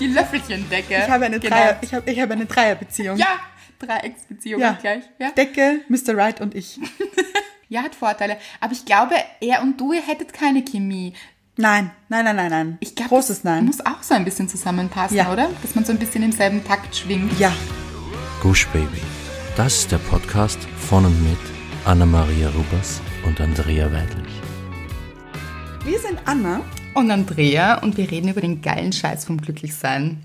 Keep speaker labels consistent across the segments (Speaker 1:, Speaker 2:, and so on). Speaker 1: die Löffelchendecke.
Speaker 2: Ich habe eine,
Speaker 1: Genau.
Speaker 2: Dreier, ich habe, ich habe eine Dreierbeziehung.
Speaker 1: Ja, Dreiecksbeziehung
Speaker 2: Ja.
Speaker 1: gleich. Ja.
Speaker 2: Decke, Mr. Right und ich.
Speaker 1: ja, hat Vorteile. Aber ich glaube, er und du, ihr hättet keine Chemie.
Speaker 2: Nein, nein, nein, nein, nein.
Speaker 1: Ich glaube,
Speaker 2: Großes Nein.
Speaker 1: muss auch so ein bisschen zusammenpassen,
Speaker 2: Ja.
Speaker 1: oder? Dass man so ein bisschen im selben Takt schwingt.
Speaker 2: Ja.
Speaker 3: Gush Baby. Das ist der Podcast von und mit Anna-Maria Rubers und Andrea Weidlich.
Speaker 2: Wir sind Anna.
Speaker 1: Und Andrea und wir reden über den geilen Scheiß vom Glücklichsein.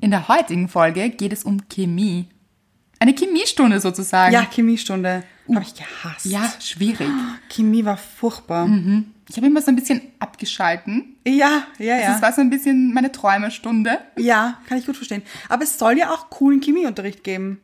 Speaker 1: In der heutigen Folge geht es um Chemie. Eine Chemiestunde sozusagen.
Speaker 2: Ja, Chemiestunde. Habe ich gehasst.
Speaker 1: Uh. Ja, Mhm. schwierig.
Speaker 2: Chemie war furchtbar.
Speaker 1: Ich habe immer so ein bisschen abgeschalten.
Speaker 2: Ja, ja,
Speaker 1: Das
Speaker 2: ja.
Speaker 1: war so ein bisschen meine Träumestunde.
Speaker 2: Ja, kann ich gut verstehen. Aber es soll ja auch coolen Chemieunterricht geben.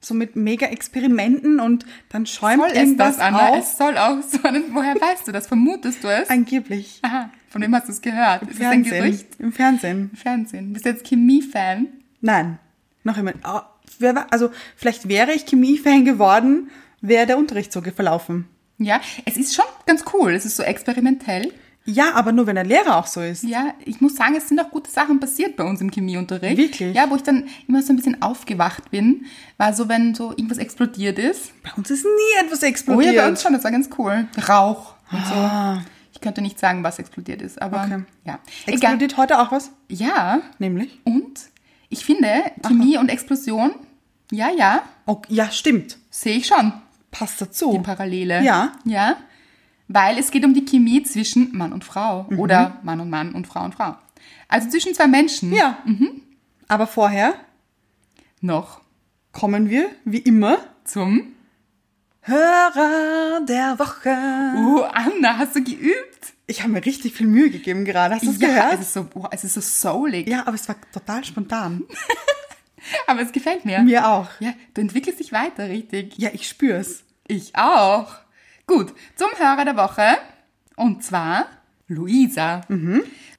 Speaker 2: So mit mega Experimenten und dann schäumt
Speaker 1: Soll es
Speaker 2: irgendwas
Speaker 1: das, Anna?
Speaker 2: auf.
Speaker 1: Es soll auch so. Woher weißt du das? Vermutest du es?
Speaker 2: Angeblich.
Speaker 1: Aha, von wem hast du es gehört? Ist das ein
Speaker 2: Fernsehen.
Speaker 1: Gerücht?
Speaker 2: Im Fernsehen.
Speaker 1: Fernsehen. Bist du jetzt Chemie-Fan?
Speaker 2: Nein, noch immer. Oh, wer war, also vielleicht wäre ich Chemiefan geworden, wäre der Unterricht so ge- verlaufen.
Speaker 1: Ja, es ist schon ganz cool. Es ist so experimentell.
Speaker 2: Ja, aber nur wenn der Lehrer auch so ist.
Speaker 1: Ja, ich muss sagen, es sind auch gute Sachen passiert bei uns im Chemieunterricht.
Speaker 2: Wirklich?
Speaker 1: Ja, wo ich dann immer so ein bisschen aufgewacht bin, war so, wenn so irgendwas explodiert ist.
Speaker 2: Bei uns ist nie etwas
Speaker 1: Oh
Speaker 2: explodiert.
Speaker 1: ja, bei uns schon, das war ganz cool. Rauch und
Speaker 2: Ah.
Speaker 1: so. Ich könnte nicht sagen, was explodiert ist, aber
Speaker 2: Okay.
Speaker 1: ja.
Speaker 2: Explodiert heute auch was?
Speaker 1: Egal. Ja,
Speaker 2: Nämlich?
Speaker 1: und ich finde, Chemie und Explosion, ja, ja,
Speaker 2: Oh, ja, stimmt.
Speaker 1: sehe ich schon
Speaker 2: Passt
Speaker 1: die
Speaker 2: dazu.
Speaker 1: Parallele.
Speaker 2: Oh. Ja.
Speaker 1: Ja, weil es geht um die Chemie zwischen Mann und Frau
Speaker 2: Mhm.
Speaker 1: oder Mann und Mann und Frau und Frau. Also zwischen zwei Menschen.
Speaker 2: Ja.
Speaker 1: Mhm.
Speaker 2: Aber vorher
Speaker 1: Noch
Speaker 2: kommen wir, wie immer,
Speaker 1: zum
Speaker 2: Hörer der Woche.
Speaker 1: Oh, Anna, hast du geübt?
Speaker 2: Ich habe mir richtig viel Mühe gegeben gerade. Hast du es gehört?
Speaker 1: Es ist so, oh, es ist so soulig.
Speaker 2: ja, aber es war total spontan.
Speaker 1: Aber es gefällt mir.
Speaker 2: Mir auch.
Speaker 1: Ja, du entwickelst dich weiter, richtig.
Speaker 2: Ja, ich spür's.
Speaker 1: Ich auch. Gut, zum Hörer der Woche. Und zwar Luisa.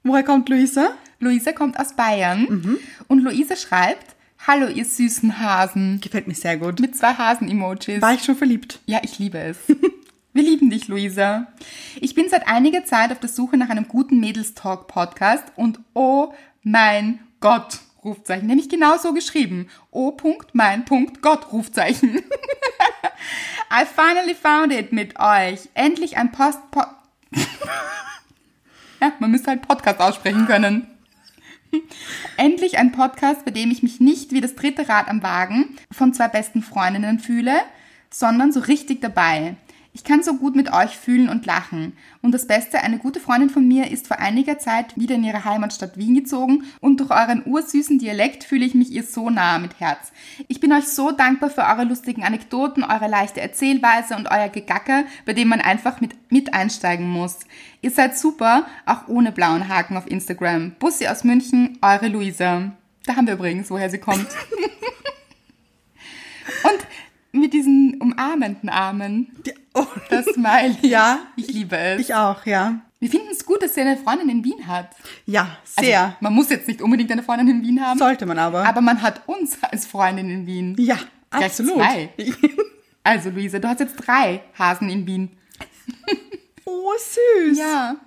Speaker 2: Woher kommt Luisa?
Speaker 1: Luisa kommt aus Bayern. Und Luisa schreibt, Hallo, ihr süßen Hasen.
Speaker 2: Gefällt mir sehr gut.
Speaker 1: Mit zwei Hasen-Emojis.
Speaker 2: War ich schon verliebt?
Speaker 1: Ja, ich liebe es. Wir lieben dich, Luisa. Ich bin seit einiger Zeit auf der Suche nach einem guten Mädels-Talk-Podcast und oh mein Gott, Rufzeichen. Nämlich genau so geschrieben. Oh Punkt, mein Punkt, Gott, Rufzeichen. I finally found it mit euch. Endlich ein Post... Po ja, man müsste halt Podcast aussprechen können. Endlich ein Podcast, bei dem ich mich nicht wie das dritte Rad am Wagen von zwei besten Freundinnen fühle, sondern so richtig dabei. Ich kann so gut mit euch fühlen und lachen. Und das Beste, eine gute Freundin von mir ist vor einiger Zeit wieder in ihre Heimatstadt Wien gezogen und durch euren ursüßen Dialekt fühle ich mich ihr so nahe mit Herz. Ich bin euch so dankbar für eure lustigen Anekdoten, eure leichte Erzählweise und euer Gegacker, bei dem man einfach mit, mit einsteigen muss. Ihr seid super, auch ohne blauen Haken auf Instagram. Bussi aus München, eure Luisa. Da haben wir übrigens, woher sie kommt. und mit diesen umarmenden Armen,
Speaker 2: Die- Oh,
Speaker 1: das Smiley.
Speaker 2: Ja.
Speaker 1: Ich liebe es.
Speaker 2: ich auch, ja.
Speaker 1: wir finden es gut, dass sie eine Freundin in Wien hat.
Speaker 2: Ja,
Speaker 1: Also,
Speaker 2: sehr.
Speaker 1: Man muss jetzt nicht unbedingt eine Freundin in Wien haben.
Speaker 2: Sollte man aber.
Speaker 1: Aber man hat uns als Freundin in Wien.
Speaker 2: Ah. ja,
Speaker 1: Gleich
Speaker 2: absolut.
Speaker 1: zwei. Also, Luisa, du hast jetzt drei Hasen in Wien.
Speaker 2: oh, süß.
Speaker 1: Ja.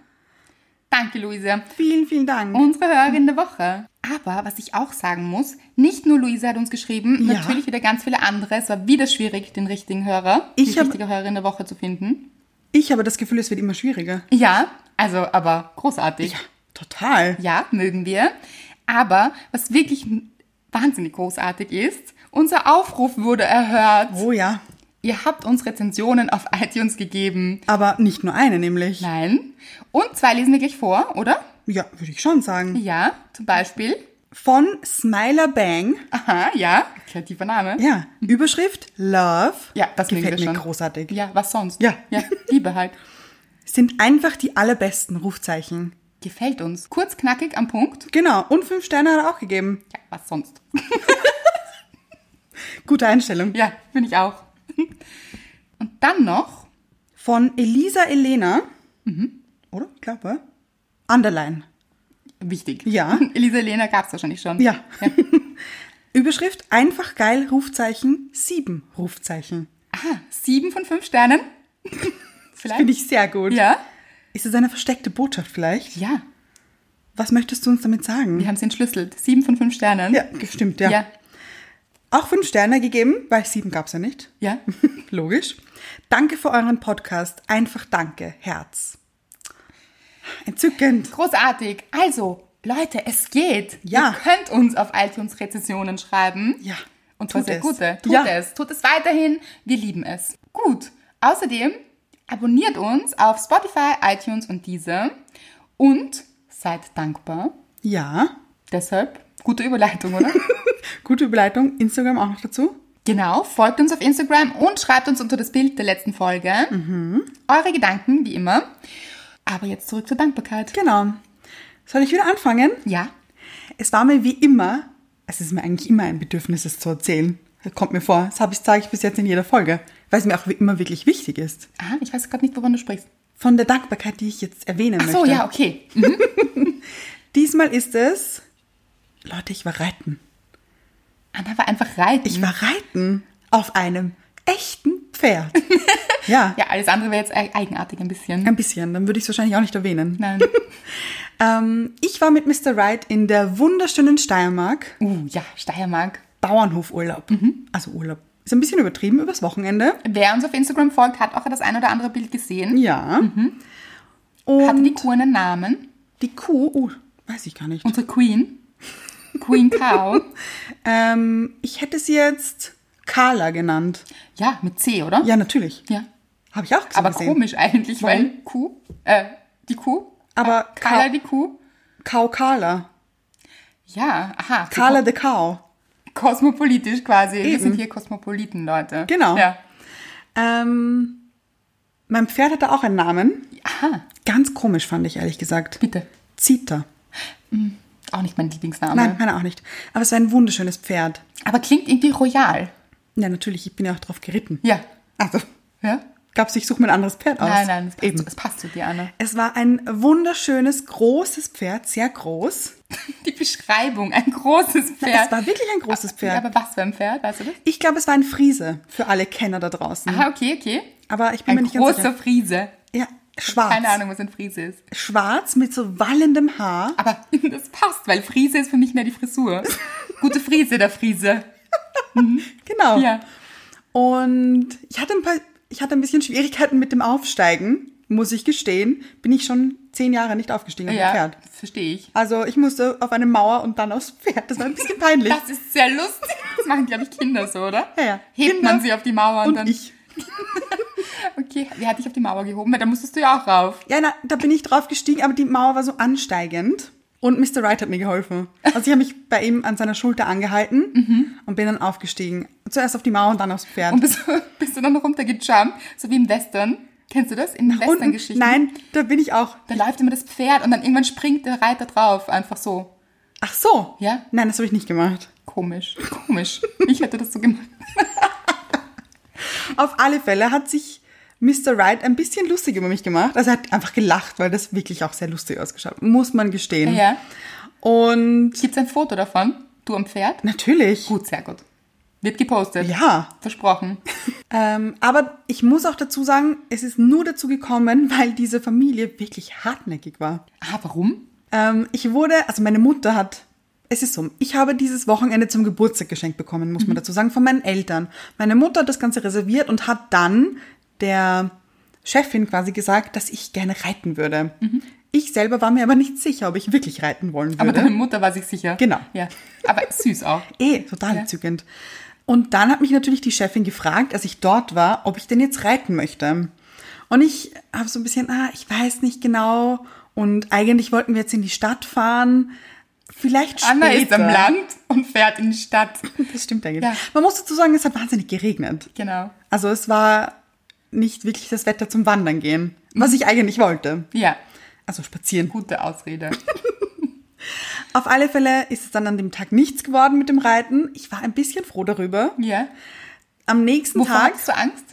Speaker 1: Danke, Luisa.
Speaker 2: Vielen, vielen Dank.
Speaker 1: Unsere Hörerin der Woche. Aber was ich auch sagen muss, nicht nur Luisa hat uns geschrieben,
Speaker 2: Ja.
Speaker 1: natürlich wieder ganz viele andere. Es war wieder schwierig, den richtigen Hörer,
Speaker 2: Ich
Speaker 1: die
Speaker 2: hab-
Speaker 1: richtige Hörerin der Woche zu finden.
Speaker 2: ich habe das Gefühl, es wird immer schwieriger.
Speaker 1: Ja, also aber großartig.
Speaker 2: Ja, total.
Speaker 1: Ja, mögen wir. Aber was wirklich wahnsinnig großartig ist, unser Aufruf wurde erhört.
Speaker 2: Oh ja.
Speaker 1: Ihr habt uns Rezensionen auf iTunes gegeben.
Speaker 2: Aber nicht nur eine, nämlich.
Speaker 1: Nein. Und zwei lesen wir gleich vor, oder?
Speaker 2: Ja, würde ich schon sagen.
Speaker 1: Ja, zum Beispiel.
Speaker 2: Von Smiler Bang.
Speaker 1: Aha, ja. Kreativer Name.
Speaker 2: Ja. Überschrift Love.
Speaker 1: Mhm. Ja, das mögen
Speaker 2: gefällt
Speaker 1: wir
Speaker 2: mir
Speaker 1: schon.
Speaker 2: großartig.
Speaker 1: Ja, was sonst?
Speaker 2: Ja.
Speaker 1: ja. Liebe halt.
Speaker 2: Sind einfach die allerbesten Rufzeichen.
Speaker 1: Gefällt uns. Kurz, knackig, am Punkt.
Speaker 2: Genau. Und fünf Sterne hat er auch gegeben.
Speaker 1: Ja, was sonst?
Speaker 2: Gute Einstellung.
Speaker 1: Ja, finde ich auch. Und dann noch.
Speaker 2: Von Elisa Elena. Mhm. Oder? Ich glaube. Underline.
Speaker 1: Wichtig.
Speaker 2: Ja.
Speaker 1: Elisa Elena gab es wahrscheinlich schon.
Speaker 2: Ja. Überschrift einfach geil, Rufzeichen, sieben Rufzeichen.
Speaker 1: Aha, sieben von fünf Sternen. Vielleicht.
Speaker 2: Finde ich sehr gut.
Speaker 1: Ja.
Speaker 2: Ist es eine versteckte Botschaft vielleicht?
Speaker 1: Ja.
Speaker 2: Was möchtest du uns damit sagen?
Speaker 1: Wir haben sie entschlüsselt. Sieben von fünf Sternen.
Speaker 2: Ja, stimmt, ja.
Speaker 1: Ja.
Speaker 2: Auch fünf Sterne gegeben, weil sieben gab's ja nicht.
Speaker 1: ja.
Speaker 2: Logisch. Danke für euren Podcast. Einfach danke, Herz. Entzückend.
Speaker 1: Großartig. Also, Leute, es geht.
Speaker 2: Ja.
Speaker 1: Ihr könnt uns auf iTunes Rezensionen schreiben.
Speaker 2: Ja.
Speaker 1: Und zwar
Speaker 2: Tut
Speaker 1: sehr
Speaker 2: es.
Speaker 1: gute. Tut
Speaker 2: Ja.
Speaker 1: es. Tut es weiterhin. Wir lieben es. Gut. Außerdem abonniert uns auf Spotify, iTunes und diese. Und seid dankbar.
Speaker 2: Ja,
Speaker 1: Deshalb gute Überleitung, oder?
Speaker 2: gute Überleitung. Instagram auch noch dazu.
Speaker 1: genau. Folgt uns auf Instagram und schreibt uns unter das Bild der letzten Folge
Speaker 2: Mhm.
Speaker 1: eure Gedanken, wie immer. Aber jetzt zurück zur Dankbarkeit.
Speaker 2: Genau. Soll ich wieder anfangen?
Speaker 1: Ja.
Speaker 2: Es war mir wie immer, also es ist mir eigentlich immer ein Bedürfnis, es zu erzählen. Das kommt mir vor. Das habe ich, sage ich bis jetzt in jeder Folge, weil es mir auch wie immer wirklich wichtig ist.
Speaker 1: Aha, Ah, ich weiß gerade nicht, wovon du sprichst.
Speaker 2: Von der Dankbarkeit, die ich jetzt erwähnen
Speaker 1: Ach so,
Speaker 2: möchte.
Speaker 1: ja, okay.
Speaker 2: Diesmal ist es, Leute, ich war reiten.
Speaker 1: Anna war einfach reiten.
Speaker 2: Ich war reiten auf einem echten Pferd. ja,
Speaker 1: ja, alles andere wäre jetzt e- eigenartig ein bisschen.
Speaker 2: ein bisschen. Dann würde ich es wahrscheinlich auch nicht erwähnen.
Speaker 1: Nein.
Speaker 2: Ähm, ich war mit Mr. Wright in der wunderschönen Steiermark.
Speaker 1: Uh, ja, Steiermark.
Speaker 2: Bauernhofurlaub.
Speaker 1: Mhm.
Speaker 2: Also Urlaub. Ist ein bisschen übertrieben übers Wochenende.
Speaker 1: Wer uns auf Instagram folgt, hat auch das ein oder andere Bild gesehen.
Speaker 2: Ja. Und
Speaker 1: Mhm. Hatte die Kuh einen Namen?
Speaker 2: Die Kuh, oh, weiß ich gar nicht.
Speaker 1: Unsere Queen. Queen Cow.
Speaker 2: Ähm, ich hätte sie jetzt Carla genannt.
Speaker 1: ja, mit C, oder?
Speaker 2: Ja, natürlich.
Speaker 1: Ja.
Speaker 2: Habe ich auch so
Speaker 1: Aber
Speaker 2: gesehen.
Speaker 1: komisch eigentlich, weil Kuh, äh, die Kuh.
Speaker 2: Aber
Speaker 1: Äh, Carla
Speaker 2: Ka-
Speaker 1: die Kuh.
Speaker 2: Cow Carla.
Speaker 1: Ja, aha. so
Speaker 2: Carla the Cow.
Speaker 1: Kosmopolitisch quasi. Wir
Speaker 2: Eben.
Speaker 1: sind hier Kosmopoliten, Leute.
Speaker 2: Genau.
Speaker 1: Ja.
Speaker 2: Ähm, mein Pferd hatte auch einen Namen.
Speaker 1: Aha,
Speaker 2: Ganz komisch fand ich, ehrlich gesagt.
Speaker 1: bitte.
Speaker 2: Zita.
Speaker 1: Auch nicht mein Lieblingsname.
Speaker 2: Nein, meine auch nicht. Aber es war ein wunderschönes Pferd.
Speaker 1: Aber klingt irgendwie royal.
Speaker 2: Ja, natürlich, ich bin ja auch drauf geritten.
Speaker 1: Ja.
Speaker 2: Also,
Speaker 1: Ja?
Speaker 2: gab's, ich suche mir ein anderes Pferd aus.
Speaker 1: Nein, nein, es passt,
Speaker 2: Eben.
Speaker 1: es passt zu dir, Anna.
Speaker 2: Es war ein wunderschönes, großes Pferd, sehr groß.
Speaker 1: Die Beschreibung, ein großes Pferd.
Speaker 2: Es war wirklich ein großes Pferd.
Speaker 1: Ja, aber was für ein Pferd, weißt du das?
Speaker 2: Ich glaube, es war ein Friese für alle Kenner da draußen.
Speaker 1: Ah, okay, okay.
Speaker 2: Aber Mhm. ich bin mir
Speaker 1: Ein
Speaker 2: nicht ganz
Speaker 1: großer
Speaker 2: sicher.
Speaker 1: Friese.
Speaker 2: Ja, schwarz.
Speaker 1: Keine Ahnung, was ein Friese ist.
Speaker 2: Schwarz mit so wallendem Haar.
Speaker 1: Aber das passt, weil Friese ist für mich mehr die Frisur. Gute Friese, der Friese.
Speaker 2: Genau.
Speaker 1: Ja.
Speaker 2: Und ich hatte ein paar, ich hatte ein bisschen Schwierigkeiten mit dem Aufsteigen, muss ich gestehen. Bin ich schon zehn Jahre nicht aufgestiegen auf dem
Speaker 1: Ja,
Speaker 2: Pferd.
Speaker 1: verstehe ich.
Speaker 2: Also ich musste auf eine Mauer und dann aufs Pferd. Das war ein bisschen peinlich.
Speaker 1: Das ist sehr lustig. Das machen, glaube ich, Kinder so, oder?
Speaker 2: Ja, ja.
Speaker 1: Hebt
Speaker 2: Kinder
Speaker 1: man sie auf die Mauer und,
Speaker 2: und
Speaker 1: dann.
Speaker 2: ich.
Speaker 1: Okay, wer hat dich auf die Mauer gehoben? Weil da musstest du ja auch rauf.
Speaker 2: Ja, na, da bin ich drauf gestiegen, aber die Mauer war so ansteigend. Und Mr. Wright hat mir geholfen. Also ich habe mich bei ihm an seiner Schulter angehalten und bin dann aufgestiegen. Zuerst auf die Mauer und dann aufs Pärd.
Speaker 1: Und bist, bist du dann runtergejumpt, so wie im Western. Kennst du das? In den
Speaker 2: Unten-
Speaker 1: Western-Geschichten.
Speaker 2: Nein, da bin ich auch.
Speaker 1: Da läuft immer das Pferd und dann irgendwann springt der Reiter drauf. Einfach so.
Speaker 2: Ach so.
Speaker 1: Ja?
Speaker 2: Nein, das habe ich nicht gemacht.
Speaker 1: Komisch. Komisch. Ich hätte das so gemacht.
Speaker 2: Mhm. Auf alle Fälle hat sich Mr. Wright ein bisschen lustig über mich gemacht. Also er hat einfach gelacht, weil das wirklich auch sehr lustig ausgeschaut hat. Muss man gestehen.
Speaker 1: Ja.
Speaker 2: Und
Speaker 1: Gibt's ein Foto davon? Du am Pferd?
Speaker 2: natürlich.
Speaker 1: Gut, sehr gut. Wird gepostet.
Speaker 2: Ja.
Speaker 1: Versprochen.
Speaker 2: Ähm, aber ich muss auch dazu sagen, es ist nur dazu gekommen, weil diese Familie wirklich hartnäckig war.
Speaker 1: Ah, warum?
Speaker 2: Ähm, ich wurde, also meine Mutter hat, es ist so, ich habe dieses Wochenende zum Geburtstag geschenkt bekommen, muss man dazu sagen, von meinen Eltern. Meine Mutter hat das Ganze reserviert und hat dann der Chefin quasi gesagt, dass ich gerne reiten würde. Ich selber war mir aber nicht sicher, ob ich wirklich reiten wollen
Speaker 1: Aber
Speaker 2: würde.
Speaker 1: deine Mutter war sich sicher.
Speaker 2: Genau.
Speaker 1: Ja. Aber süß auch.
Speaker 2: Eh, total entzückend. Und dann hat mich natürlich die Chefin gefragt, als ich dort war, ob ich denn jetzt reiten möchte. Und ich habe so ein bisschen, ah, ich weiß nicht genau. Und eigentlich wollten wir jetzt in die Stadt fahren. Vielleicht später.
Speaker 1: Anna ist am Land und fährt in die Stadt.
Speaker 2: Das stimmt eigentlich.
Speaker 1: Ja.
Speaker 2: Man muss dazu sagen, es hat wahnsinnig geregnet.
Speaker 1: Genau.
Speaker 2: Also es war nicht wirklich das Wetter zum Wandern gehen,
Speaker 1: Mhm.
Speaker 2: was ich eigentlich wollte.
Speaker 1: Ja.
Speaker 2: Also spazieren.
Speaker 1: Gute Ausrede.
Speaker 2: Auf alle Fälle ist es dann an dem Tag nichts geworden mit dem Reiten. Ich war ein bisschen froh darüber.
Speaker 1: Ja.
Speaker 2: Am nächsten
Speaker 1: Wovor
Speaker 2: Tag. Mm.
Speaker 1: hattest du Angst?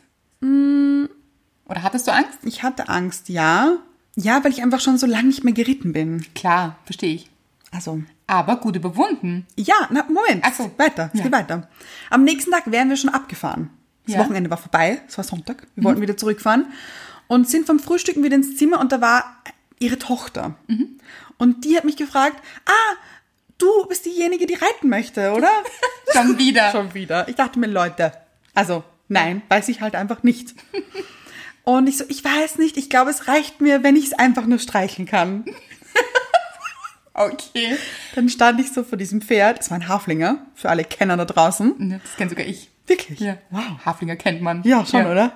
Speaker 1: Oder hattest du Angst?
Speaker 2: Ich hatte Angst, ja. Ja, weil ich einfach schon so lange nicht mehr geritten bin.
Speaker 1: Klar, verstehe ich.
Speaker 2: Also,
Speaker 1: Aber gut überwunden.
Speaker 2: ja, na, Moment.
Speaker 1: Ach so.
Speaker 2: Weiter, es
Speaker 1: Ja.
Speaker 2: geht weiter. Am nächsten Tag wären wir schon abgefahren. Das
Speaker 1: Ja. Mhm.
Speaker 2: Wochenende war vorbei, es war Sonntag. Wir wollten wieder zurückfahren und sind vom Frühstücken wieder ins Zimmer und da war ihre Tochter.
Speaker 1: Mhm.
Speaker 2: Und die hat mich gefragt, ah, du bist diejenige, die reiten möchte, oder?
Speaker 1: Schon wieder.
Speaker 2: Schon wieder. Ich dachte mir, Leute, also nein, weiß ich halt einfach nicht. Und ich so, ich weiß nicht, ich glaube, es reicht mir, wenn ich es einfach nur streicheln kann.
Speaker 1: Okay.
Speaker 2: Dann stand ich so vor diesem Pferd, es war ein Haflinger, für alle Kenner da draußen.
Speaker 1: Ne, Das kennt sogar ich.
Speaker 2: Wirklich?
Speaker 1: Ja.
Speaker 2: Wow.
Speaker 1: Haflinger kennt man.
Speaker 2: Ja, schon, oder?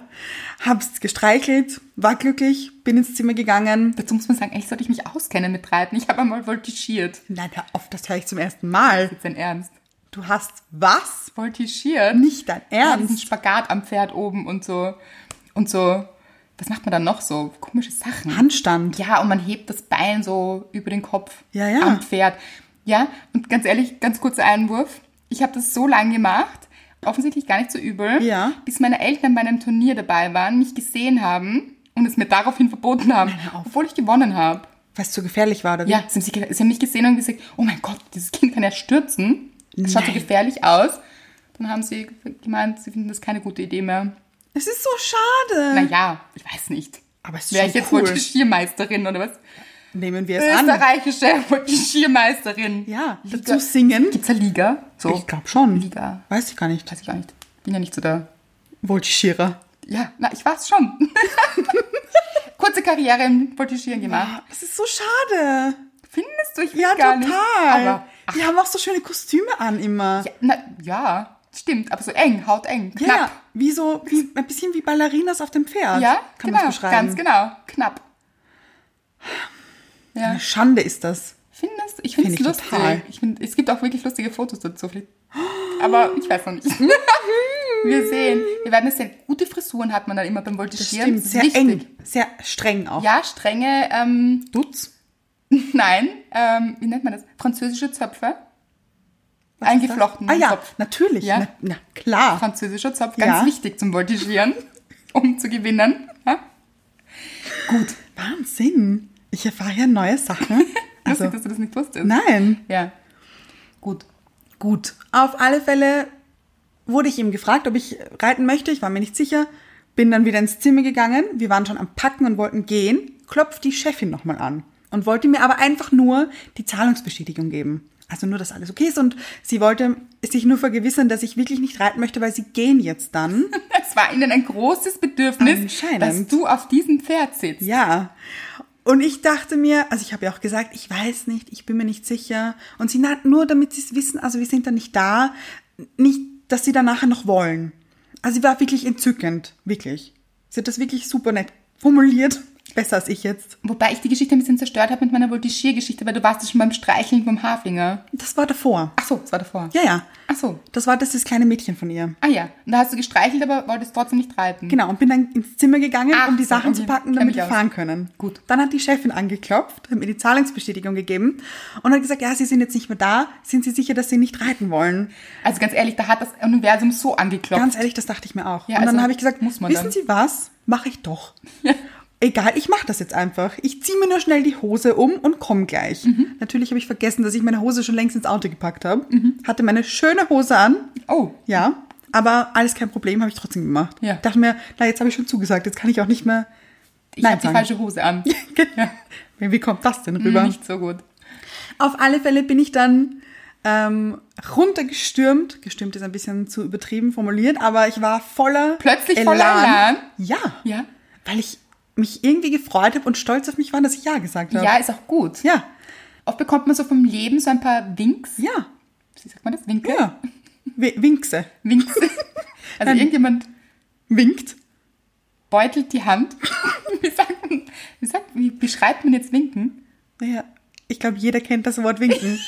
Speaker 2: Hab's gestreichelt, war glücklich, bin ins Zimmer gegangen.
Speaker 1: Dazu muss man sagen, eigentlich sollte ich mich auskennen mit Reiten. Ich habe einmal voltigiert.
Speaker 2: Nein, hör auf, das höre ich zum ersten Mal.
Speaker 1: Jetzt in Ernst.
Speaker 2: Du hast was?
Speaker 1: Voltigiert?
Speaker 2: Nicht dein
Speaker 1: Ja, diesen
Speaker 2: Ernst?
Speaker 1: Spagat am Pferd oben und so. Und so. Was macht man dann noch so? Komische Sachen.
Speaker 2: Handstand.
Speaker 1: Ja, und man hebt das Bein so über den Kopf
Speaker 2: Ja, ja.
Speaker 1: am Pferd. Ja, und ganz ehrlich, ganz kurzer Einwurf. Ich habe das so lange gemacht, offensichtlich gar nicht so übel,
Speaker 2: Ja.
Speaker 1: bis meine Eltern bei einem Turnier dabei waren, mich gesehen haben und es mir daraufhin verboten haben, obwohl ich gewonnen habe.
Speaker 2: Weil es zu gefährlich war, oder wie?
Speaker 1: Ja, sie haben, sich, ge- sie haben mich gesehen und gesagt, oh mein Gott, dieses Kind kann ja stürzen. Das schaut so
Speaker 2: Nein.
Speaker 1: gefährlich aus. Dann haben sie gemeint, sie finden das keine gute Idee mehr.
Speaker 2: Es ist so schade.
Speaker 1: Naja, ich weiß nicht.
Speaker 2: Aber es ist
Speaker 1: Wäre
Speaker 2: schon
Speaker 1: ich jetzt
Speaker 2: cool.
Speaker 1: wohl Geschirrmeisterin oder was?
Speaker 2: Nehmen wir es an.
Speaker 1: österreichische Voltigiermeisterin.
Speaker 2: Ja,
Speaker 1: Liga.
Speaker 2: dazu singen.
Speaker 1: Gibt's eine Liga? So.
Speaker 2: Ich glaube schon.
Speaker 1: Liga.
Speaker 2: Weiß ich gar nicht.
Speaker 1: Weiß ich gar nicht. Bin ja nicht so da.
Speaker 2: Voltigierer.
Speaker 1: Ja, na, ich war's schon. Kurze Karriere im Voltigieren gemacht.
Speaker 2: Ah, Es ist so schade.
Speaker 1: Findest du? Ich will
Speaker 2: Ja,
Speaker 1: gar
Speaker 2: total.
Speaker 1: nicht. Aber, ach,
Speaker 2: Die haben auch so schöne Kostüme an immer.
Speaker 1: ja, na, ja, stimmt. Aber so eng, hauteng,
Speaker 2: Ja,
Speaker 1: knapp.
Speaker 2: wie so, wie, ein bisschen wie Ballerinas auf dem Pferd.
Speaker 1: Ja,
Speaker 2: kann
Speaker 1: genau,
Speaker 2: man beschreiben.
Speaker 1: ganz genau. Knapp. Ja,
Speaker 2: Eine Schande ist das.
Speaker 1: findest Ich finde es
Speaker 2: Find ich
Speaker 1: lustig.
Speaker 2: total.
Speaker 1: Ich find, es gibt auch wirklich lustige Fotos dazu. Vielleicht- Aber ich weiß noch nicht. Wir sehen. Wir werden es sehen. Gute Frisuren hat man dann immer beim Voltigieren.
Speaker 2: Stimmt,
Speaker 1: Das ist
Speaker 2: sehr
Speaker 1: wichtig.
Speaker 2: eng, sehr streng auch.
Speaker 1: Ja, strenge, ähm,
Speaker 2: Dutz?
Speaker 1: nein, ähm, wie nennt man das? Französische Zöpfe. Eingeflochten
Speaker 2: Ah ja,
Speaker 1: Zopf.
Speaker 2: natürlich.
Speaker 1: Ja.
Speaker 2: Na, na klar.
Speaker 1: Französischer Zopf, ganz
Speaker 2: Ja.
Speaker 1: wichtig zum Voltigieren, um zu gewinnen. Ja? Gut.
Speaker 2: Wahnsinn. Ich erfahre ja neue Sachen.
Speaker 1: Lustig,
Speaker 2: Also,
Speaker 1: dass du das nicht wusstest.
Speaker 2: nein.
Speaker 1: Ja. Gut.
Speaker 2: Gut. Auf alle Fälle wurde ich ihm gefragt, ob ich reiten möchte. Ich war mir nicht sicher. Bin dann wieder ins Zimmer gegangen. Wir waren schon am Packen und wollten gehen. Klopft die Chefin nochmal an und wollte mir aber einfach nur die Zahlungsbestätigung geben. Also nur, dass alles okay ist. Und sie wollte sich nur vergewissern, dass ich wirklich nicht reiten möchte, weil sie gehen jetzt dann.
Speaker 1: Es war ihnen ein großes Bedürfnis,
Speaker 2: Anscheinend.
Speaker 1: dass du auf diesem Pferd sitzt.
Speaker 2: Ja. Und ich dachte mir, also ich habe ja auch gesagt, ich weiß nicht, ich bin mir nicht sicher. Und sie, na, nur damit sie es wissen, also wir sind dann nicht da, nicht, dass sie dann nachher noch wollen. Also sie war wirklich entzückend, wirklich. Sie hat das wirklich super nett formuliert, besser als ich jetzt.
Speaker 1: Wobei ich die Geschichte ein bisschen zerstört habe mit meiner Voltigiergeschichte, weil du warst ja schon beim Streicheln vom Haflinger.
Speaker 2: Das war davor.
Speaker 1: Ach so, das war davor.
Speaker 2: Ja, ja.
Speaker 1: Ach so.
Speaker 2: Das war das, das kleine Mädchen von ihr.
Speaker 1: Ah ja, und da hast du gestreichelt, aber wolltest trotzdem nicht reiten.
Speaker 2: Genau, und bin dann ins Zimmer gegangen,
Speaker 1: Ach
Speaker 2: um die
Speaker 1: so,
Speaker 2: Sachen
Speaker 1: okay.
Speaker 2: zu packen,
Speaker 1: Kenn
Speaker 2: damit
Speaker 1: mich
Speaker 2: wir
Speaker 1: aus.
Speaker 2: fahren können.
Speaker 1: Gut.
Speaker 2: Dann hat die Chefin angeklopft, hat mir die Zahlungsbestätigung gegeben und hat gesagt, ja, Sie sind jetzt nicht mehr da, sind Sie sicher, dass Sie nicht reiten wollen?
Speaker 1: Also ganz ehrlich, da hat das Universum so angeklopft.
Speaker 2: Ganz ehrlich, das dachte ich mir auch.
Speaker 1: Ja,
Speaker 2: und dann
Speaker 1: also
Speaker 2: habe ich gesagt,
Speaker 1: muss man
Speaker 2: wissen
Speaker 1: dann.
Speaker 2: Sie was? Mache ich doch. Egal, ich mache das jetzt einfach. Ich ziehe mir nur schnell die Hose um und komme gleich.
Speaker 1: Mhm.
Speaker 2: Natürlich habe ich vergessen, dass ich meine Hose schon längst ins Auto gepackt habe.
Speaker 1: Mhm.
Speaker 2: Hatte meine schöne Hose an.
Speaker 1: oh,
Speaker 2: Ja, aber alles kein Problem, habe ich trotzdem gemacht.
Speaker 1: Ja.
Speaker 2: Dachte mir, na, jetzt habe ich schon zugesagt, jetzt kann ich auch nicht mehr.
Speaker 1: ich
Speaker 2: Nein
Speaker 1: habe die
Speaker 2: sagen.
Speaker 1: falsche Hose an.
Speaker 2: Genau. Wie kommt das denn rüber?
Speaker 1: Nicht so gut.
Speaker 2: Mhm. Auf alle Fälle bin ich dann ähm, runtergestürmt. Gestürmt ist ein bisschen zu übertrieben formuliert, aber ich war voller
Speaker 1: Plötzlich voller Elan?
Speaker 2: Ja,
Speaker 1: Ja.
Speaker 2: weil ich mich irgendwie gefreut habe und stolz auf mich war, dass ich ja gesagt habe.
Speaker 1: Ja, ist auch gut.
Speaker 2: ja,
Speaker 1: Oft bekommt man so vom Leben so ein paar Winks.
Speaker 2: ja,
Speaker 1: Wie sagt man das? Winke?
Speaker 2: ja. W Winkse.
Speaker 1: Winks. Also irgendjemand
Speaker 2: Winkt.
Speaker 1: beutelt die Hand. Wie sagt man, wie, sagt, wie beschreibt man jetzt Winken?
Speaker 2: Naja, ich glaube, jeder kennt das Wort winken.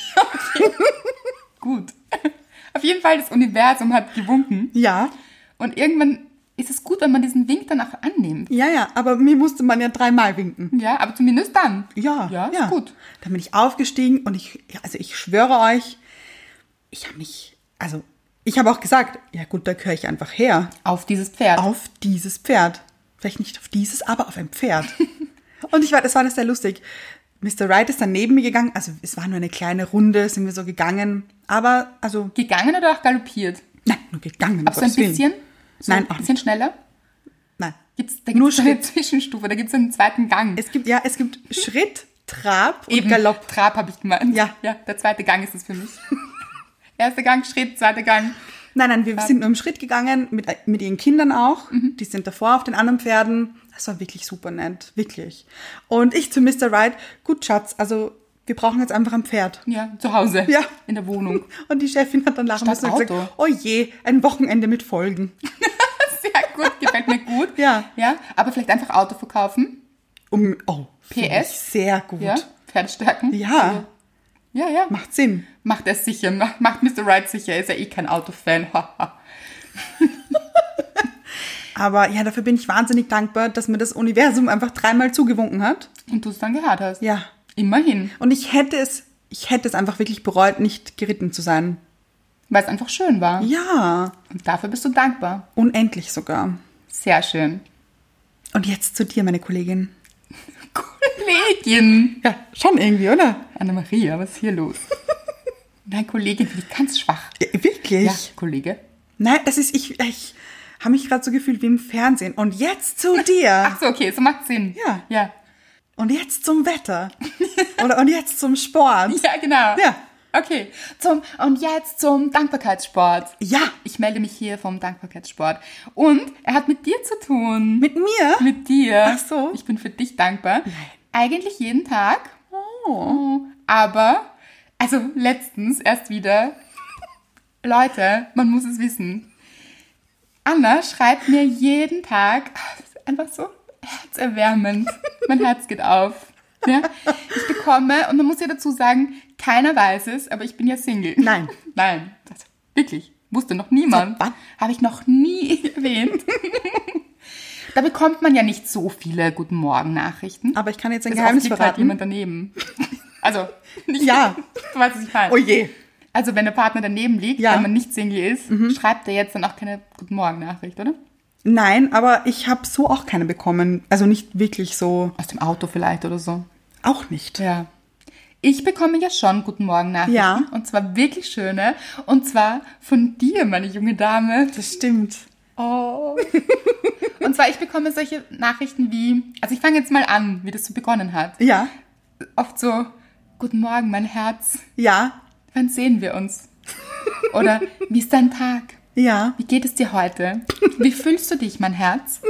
Speaker 1: Gut. Auf jeden Fall, das Universum hat gewunken.
Speaker 2: ja,
Speaker 1: Und irgendwann ist es gut, wenn man diesen Wink dann auch annimmt.
Speaker 2: ja, ja, aber mir musste man ja dreimal winken.
Speaker 1: Ja, aber zumindest dann.
Speaker 2: Ja,
Speaker 1: Ja, ist gut.
Speaker 2: Dann bin ich aufgestiegen und ich, ja, also ich schwöre euch, ich habe mich, also ich habe auch gesagt, ja gut, da gehöre ich einfach her.
Speaker 1: Auf dieses Pferd.
Speaker 2: Auf dieses Pferd. Vielleicht nicht auf dieses, aber auf ein Pferd. und ich war, das war das sehr lustig. Mr. Wright ist dann neben mir gegangen, also es war nur eine kleine Runde, sind wir so gegangen, aber also,
Speaker 1: Gegangen oder auch galoppiert?
Speaker 2: nein, nur gegangen. um
Speaker 1: Auch so ein
Speaker 2: Gottes Willen.
Speaker 1: bisschen? So
Speaker 2: Nein,
Speaker 1: ein
Speaker 2: auch
Speaker 1: bisschen schneller?
Speaker 2: Nein,
Speaker 1: Gibt's, da gibt
Speaker 2: Nur
Speaker 1: es eine
Speaker 2: Schritt.
Speaker 1: Zwischenstufe, da gibt es einen zweiten Gang.
Speaker 2: Es gibt, ja, es gibt Schritt, Trab und
Speaker 1: Eben,
Speaker 2: Galopp.
Speaker 1: Trab habe ich gemeint.
Speaker 2: Ja.
Speaker 1: ja. Der zweite Gang ist es für mich. Erster Gang, Schritt, zweiter Gang.
Speaker 2: Nein, nein, wir sind nur im Schritt gegangen, mit, äh, mit ihren Kindern auch.
Speaker 1: Mhm.
Speaker 2: Die sind davor auf den anderen Pferden. Das war wirklich super nett, wirklich. Und ich zu Mr. Wright, gut Schatz, also wir brauchen jetzt einfach ein Pferd.
Speaker 1: Ja, zu Hause.
Speaker 2: Ja.
Speaker 1: In der Wohnung.
Speaker 2: Und die Chefin hat dann lachen
Speaker 1: Statt
Speaker 2: müssen und
Speaker 1: Auto.
Speaker 2: gesagt, oh je, ein Wochenende mit Folgen.
Speaker 1: Sehr gut, gefällt mir gut.
Speaker 2: Ja.
Speaker 1: Ja, aber vielleicht einfach Auto verkaufen.
Speaker 2: Um, oh, finde ich
Speaker 1: PS?
Speaker 2: Sehr gut.
Speaker 1: Ja, Pferd stärken.
Speaker 2: ja,
Speaker 1: Ja, ja.
Speaker 2: macht Sinn.
Speaker 1: Macht er sicher, ma- macht Mr. Right sicher, ist er eh kein Autofan. Haha.
Speaker 2: Aber ja, dafür bin ich wahnsinnig dankbar, dass mir das Universum einfach dreimal zugewunken hat.
Speaker 1: Und du es dann gehört hast.
Speaker 2: Ja.
Speaker 1: Immerhin.
Speaker 2: Und ich hätte es, ich hätte es einfach wirklich bereut, nicht geritten zu sein.
Speaker 1: Weil es einfach schön war.
Speaker 2: Ja,
Speaker 1: Und dafür bist du dankbar.
Speaker 2: unendlich sogar.
Speaker 1: Sehr schön.
Speaker 2: Und jetzt zu dir, meine Kollegin.
Speaker 1: Kollegin.
Speaker 2: Ja, schon irgendwie, oder?
Speaker 1: Anna-Maria, was ist hier los? Nein, Kollegin, die ganz schwach.
Speaker 2: Ja, wirklich?
Speaker 1: Ja, Kollege.
Speaker 2: Nein, das ist, ich, ich habe mich gerade so gefühlt wie im Fernsehen. Und jetzt zu dir.
Speaker 1: Ach so, okay, so macht Sinn.
Speaker 2: Ja.
Speaker 1: Ja.
Speaker 2: Und jetzt zum Wetter. Oder und jetzt zum Sport.
Speaker 1: Ja, genau.
Speaker 2: Ja.
Speaker 1: Okay. Zum, und jetzt zum Dankbarkeitssport.
Speaker 2: Ja,
Speaker 1: Ich melde mich hier vom Dankbarkeitssport. Und er hat mit dir zu tun.
Speaker 2: mit mir.
Speaker 1: Mit dir.
Speaker 2: Ach so.
Speaker 1: Ich bin für dich dankbar. Eigentlich jeden Tag. Oh. Aber, also letztens erst wieder. Leute, man muss es wissen. Anna schreibt mir jeden Tag, ah, das ist einfach so herzerwärmend. Mein Herz geht auf. Ja? Ich bekomme, und man muss ja dazu sagen, keiner weiß es, aber ich bin ja Single.
Speaker 2: Nein.
Speaker 1: Nein. Das, wirklich. Wusste noch niemand.
Speaker 2: Wann?
Speaker 1: Habe ich noch nie erwähnt. Da bekommt man ja nicht so viele Guten Morgen-Nachrichten.
Speaker 2: Aber ich kann jetzt ein
Speaker 1: Es
Speaker 2: Geheimnis
Speaker 1: obliegt halt
Speaker 2: verraten.
Speaker 1: jemand daneben. Also, nicht,
Speaker 2: Ja.
Speaker 1: du weißt, was ich meine.
Speaker 2: Oh je.
Speaker 1: Also, wenn der Partner daneben liegt,
Speaker 2: Ja. Mhm.
Speaker 1: wenn man nicht Single ist, schreibt er jetzt dann auch keine Guten Morgen-Nachricht, oder?
Speaker 2: Nein, aber ich habe so auch keine bekommen. Also nicht wirklich so.
Speaker 1: Aus dem Auto vielleicht oder so.
Speaker 2: Auch nicht.
Speaker 1: Ja. Ich bekomme ja schon Guten Morgen-Nachrichten.
Speaker 2: Ja.
Speaker 1: Und zwar wirklich schöne. Und zwar von dir, meine junge Dame.
Speaker 2: Das stimmt.
Speaker 1: Oh. Und zwar, ich bekomme solche Nachrichten wie, also ich fange jetzt mal an, wie das so begonnen hat.
Speaker 2: Ja,
Speaker 1: Oft so, guten Morgen, mein Herz,
Speaker 2: ja,
Speaker 1: wann sehen wir uns? Oder, wie ist dein Tag?
Speaker 2: ja.
Speaker 1: Wie geht es dir heute? Wie fühlst du dich, mein Herz?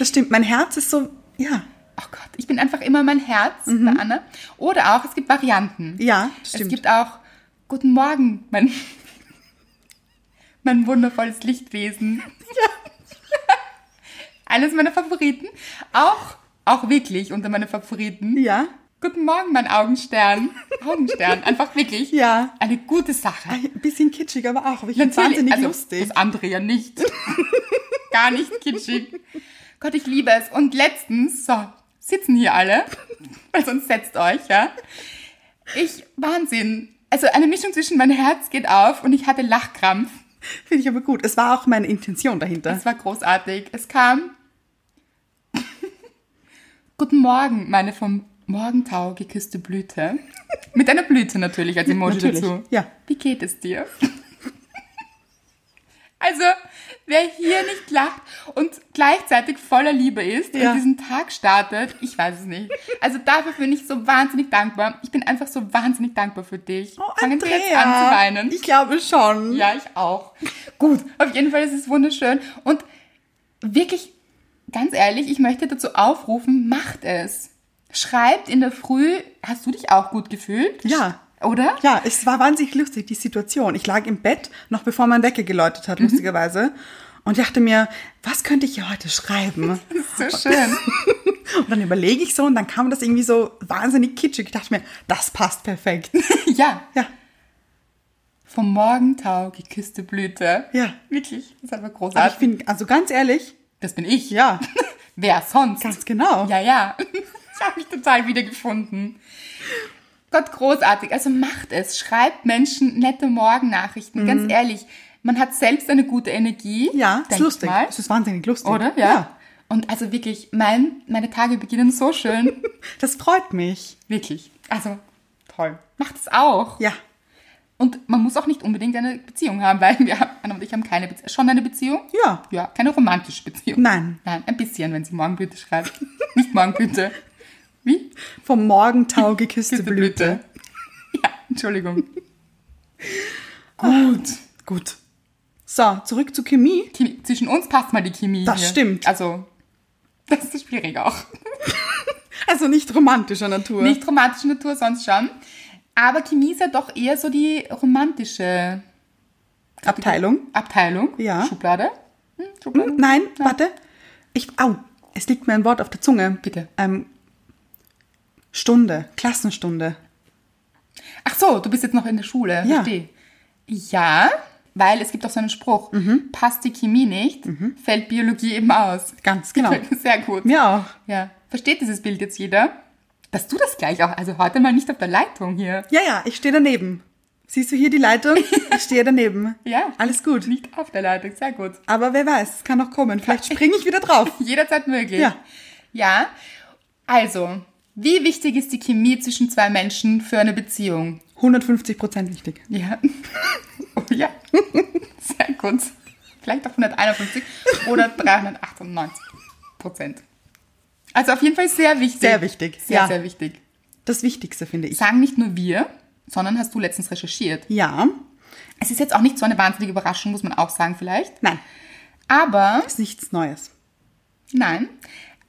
Speaker 2: Das stimmt. Mein Herz ist so. Ja,
Speaker 1: Oh Gott, ich bin einfach immer mein Herz bei Anna. Oder auch, es gibt Varianten.
Speaker 2: Mhm. ja, das
Speaker 1: Es
Speaker 2: stimmt.
Speaker 1: gibt auch, guten Morgen, mein, mein wundervolles Lichtwesen. Eines meiner Favoriten. Auch, auch wirklich unter meine Favoriten.
Speaker 2: ja.
Speaker 1: Guten Morgen, mein Augenstern. Augenstern, einfach wirklich.
Speaker 2: Ja. Ah,
Speaker 1: Eine gute Sache.
Speaker 2: Ein bisschen kitschig, aber auch. Aber ich finde
Speaker 1: Natürlich,
Speaker 2: wahnsinnig
Speaker 1: also,
Speaker 2: lustig.
Speaker 1: Das andere ja nicht. Gar nicht kitschig. Gott, ich liebe es. Und letztens, so, sitzen hier alle, weil sonst setzt euch, ja. Ich, Wahnsinn. Also eine Mischung zwischen mein Herz geht auf und ich hatte Lachkrampf.
Speaker 2: Finde ich aber gut. Es war auch meine Intention dahinter.
Speaker 1: Es war großartig. Es kam. Guten Morgen, meine vom Morgentau geküsste Blüte. Mit einer Blüte natürlich als Emoji
Speaker 2: Natürlich,
Speaker 1: dazu.
Speaker 2: ja.
Speaker 1: Wie geht es dir? Also, wer hier nicht lacht und gleichzeitig voller Liebe ist
Speaker 2: Ja.
Speaker 1: und diesen Tag startet, ich weiß es nicht. Also dafür bin ich so wahnsinnig dankbar. Ich bin einfach so wahnsinnig dankbar für dich.
Speaker 2: Oh,
Speaker 1: Fangen wir jetzt an zu weinen.
Speaker 2: Ich glaube schon.
Speaker 1: Ja, ich auch. Gut, auf jeden Fall ist es wunderschön. Und wirklich, ganz ehrlich, ich möchte dazu aufrufen, macht es. Schreibt in der Früh, hast du dich auch gut gefühlt?
Speaker 2: Ja.
Speaker 1: Oder?
Speaker 2: Ja, es war wahnsinnig lustig, die Situation. Ich lag im Bett, noch bevor mein Wecker geläutet hat,
Speaker 1: Mhm.
Speaker 2: lustigerweise. Und dachte mir, was könnte ich hier heute schreiben?
Speaker 1: So schön.
Speaker 2: Und dann überlege ich so und dann kam das irgendwie so wahnsinnig kitschig. Ich dachte mir, das passt perfekt.
Speaker 1: ja.
Speaker 2: Ja,
Speaker 1: Vom Morgentau geküsste Blüte.
Speaker 2: Ja.
Speaker 1: Wirklich, das ist aber
Speaker 2: aber ich
Speaker 1: großartig.
Speaker 2: bin, also ganz ehrlich,
Speaker 1: das bin ich.
Speaker 2: ja,
Speaker 1: Wer sonst?
Speaker 2: ganz genau.
Speaker 1: Ja, ja. Ich habe mich total wiedergefunden. Gott, großartig. Also macht es. Schreibt Menschen nette Morgennachrichten. Ganz ehrlich, man hat selbst eine gute Energie.
Speaker 2: Mhm. Ja,
Speaker 1: Denk
Speaker 2: ist lustig.
Speaker 1: Mal.
Speaker 2: Es ist wahnsinnig lustig.
Speaker 1: Oder? Ja. Und also wirklich, mein, meine Tage beginnen so schön.
Speaker 2: Das freut mich.
Speaker 1: wirklich. Also toll. Macht es auch.
Speaker 2: Ja.
Speaker 1: Und man muss auch nicht unbedingt eine Beziehung haben, weil wir haben, Anna und ich haben keine Beziehung. Schon eine Beziehung?
Speaker 2: Ja.
Speaker 1: Ja, keine romantische Beziehung.
Speaker 2: Nein.
Speaker 1: Nein, ein bisschen, wenn sie Morgenblüte schreibt. nicht Morgenblüte. Wie?
Speaker 2: Vom Morgentau geküsste Blüte.
Speaker 1: Ja, Entschuldigung. Gut.
Speaker 2: Gut. So, zurück zu Chemie.
Speaker 1: Chemie. Zwischen uns passt mal die Chemie.
Speaker 2: Das
Speaker 1: hier.
Speaker 2: stimmt.
Speaker 1: Also, das ist schwierig auch.
Speaker 2: Also nicht romantischer Natur.
Speaker 1: Nicht romantische Natur, sonst schon. Aber Chemie ist ja doch eher so die romantische
Speaker 2: Abteilung.
Speaker 1: Abteilung.
Speaker 2: Ja. Mhm.
Speaker 1: Schublade. Hm, Schublade.
Speaker 2: Nein, warte. Ich, au, es liegt mir ein Wort auf der Zunge.
Speaker 1: Bitte.
Speaker 2: Ähm, Stunde, Klassenstunde.
Speaker 1: Ach so, du bist jetzt noch in der Schule.
Speaker 2: Ja.
Speaker 1: Verstehe. Ja, weil es gibt auch so einen Spruch.
Speaker 2: Mhm.
Speaker 1: Passt die Chemie nicht, fällt Biologie eben aus.
Speaker 2: Ganz genau.
Speaker 1: Gefällt mir Sehr gut.
Speaker 2: Mir auch.
Speaker 1: Ja. Versteht dieses Bild jetzt jeder? Dass du das gleich auch, also heute mal nicht auf der Leitung hier.
Speaker 2: Ja, ja, ich stehe daneben. Siehst du hier die Leitung? Ich stehe daneben.
Speaker 1: Ja.
Speaker 2: Alles gut.
Speaker 1: Nicht auf der Leitung, sehr gut.
Speaker 2: Aber wer weiß, es kann noch kommen. Vielleicht springe ich wieder drauf.
Speaker 1: Jederzeit möglich.
Speaker 2: Ja.
Speaker 1: Ja. Also, wie wichtig ist die Chemie zwischen zwei Menschen für eine Beziehung?
Speaker 2: 150 Prozent wichtig.
Speaker 1: Ja. Oh ja. Sehr gut. Vielleicht auf 151 oder 398 Prozent. Also auf jeden Fall sehr wichtig.
Speaker 2: Sehr wichtig,
Speaker 1: Sehr,
Speaker 2: ja.
Speaker 1: sehr wichtig.
Speaker 2: Das Wichtigste, finde ich.
Speaker 1: Sagen nicht nur wir, sondern hast du letztens recherchiert.
Speaker 2: Ja.
Speaker 1: Es ist jetzt auch nicht so eine wahnsinnige Überraschung, muss man auch sagen vielleicht.
Speaker 2: Nein,
Speaker 1: Aber,
Speaker 2: ist nichts Neues.
Speaker 1: nein,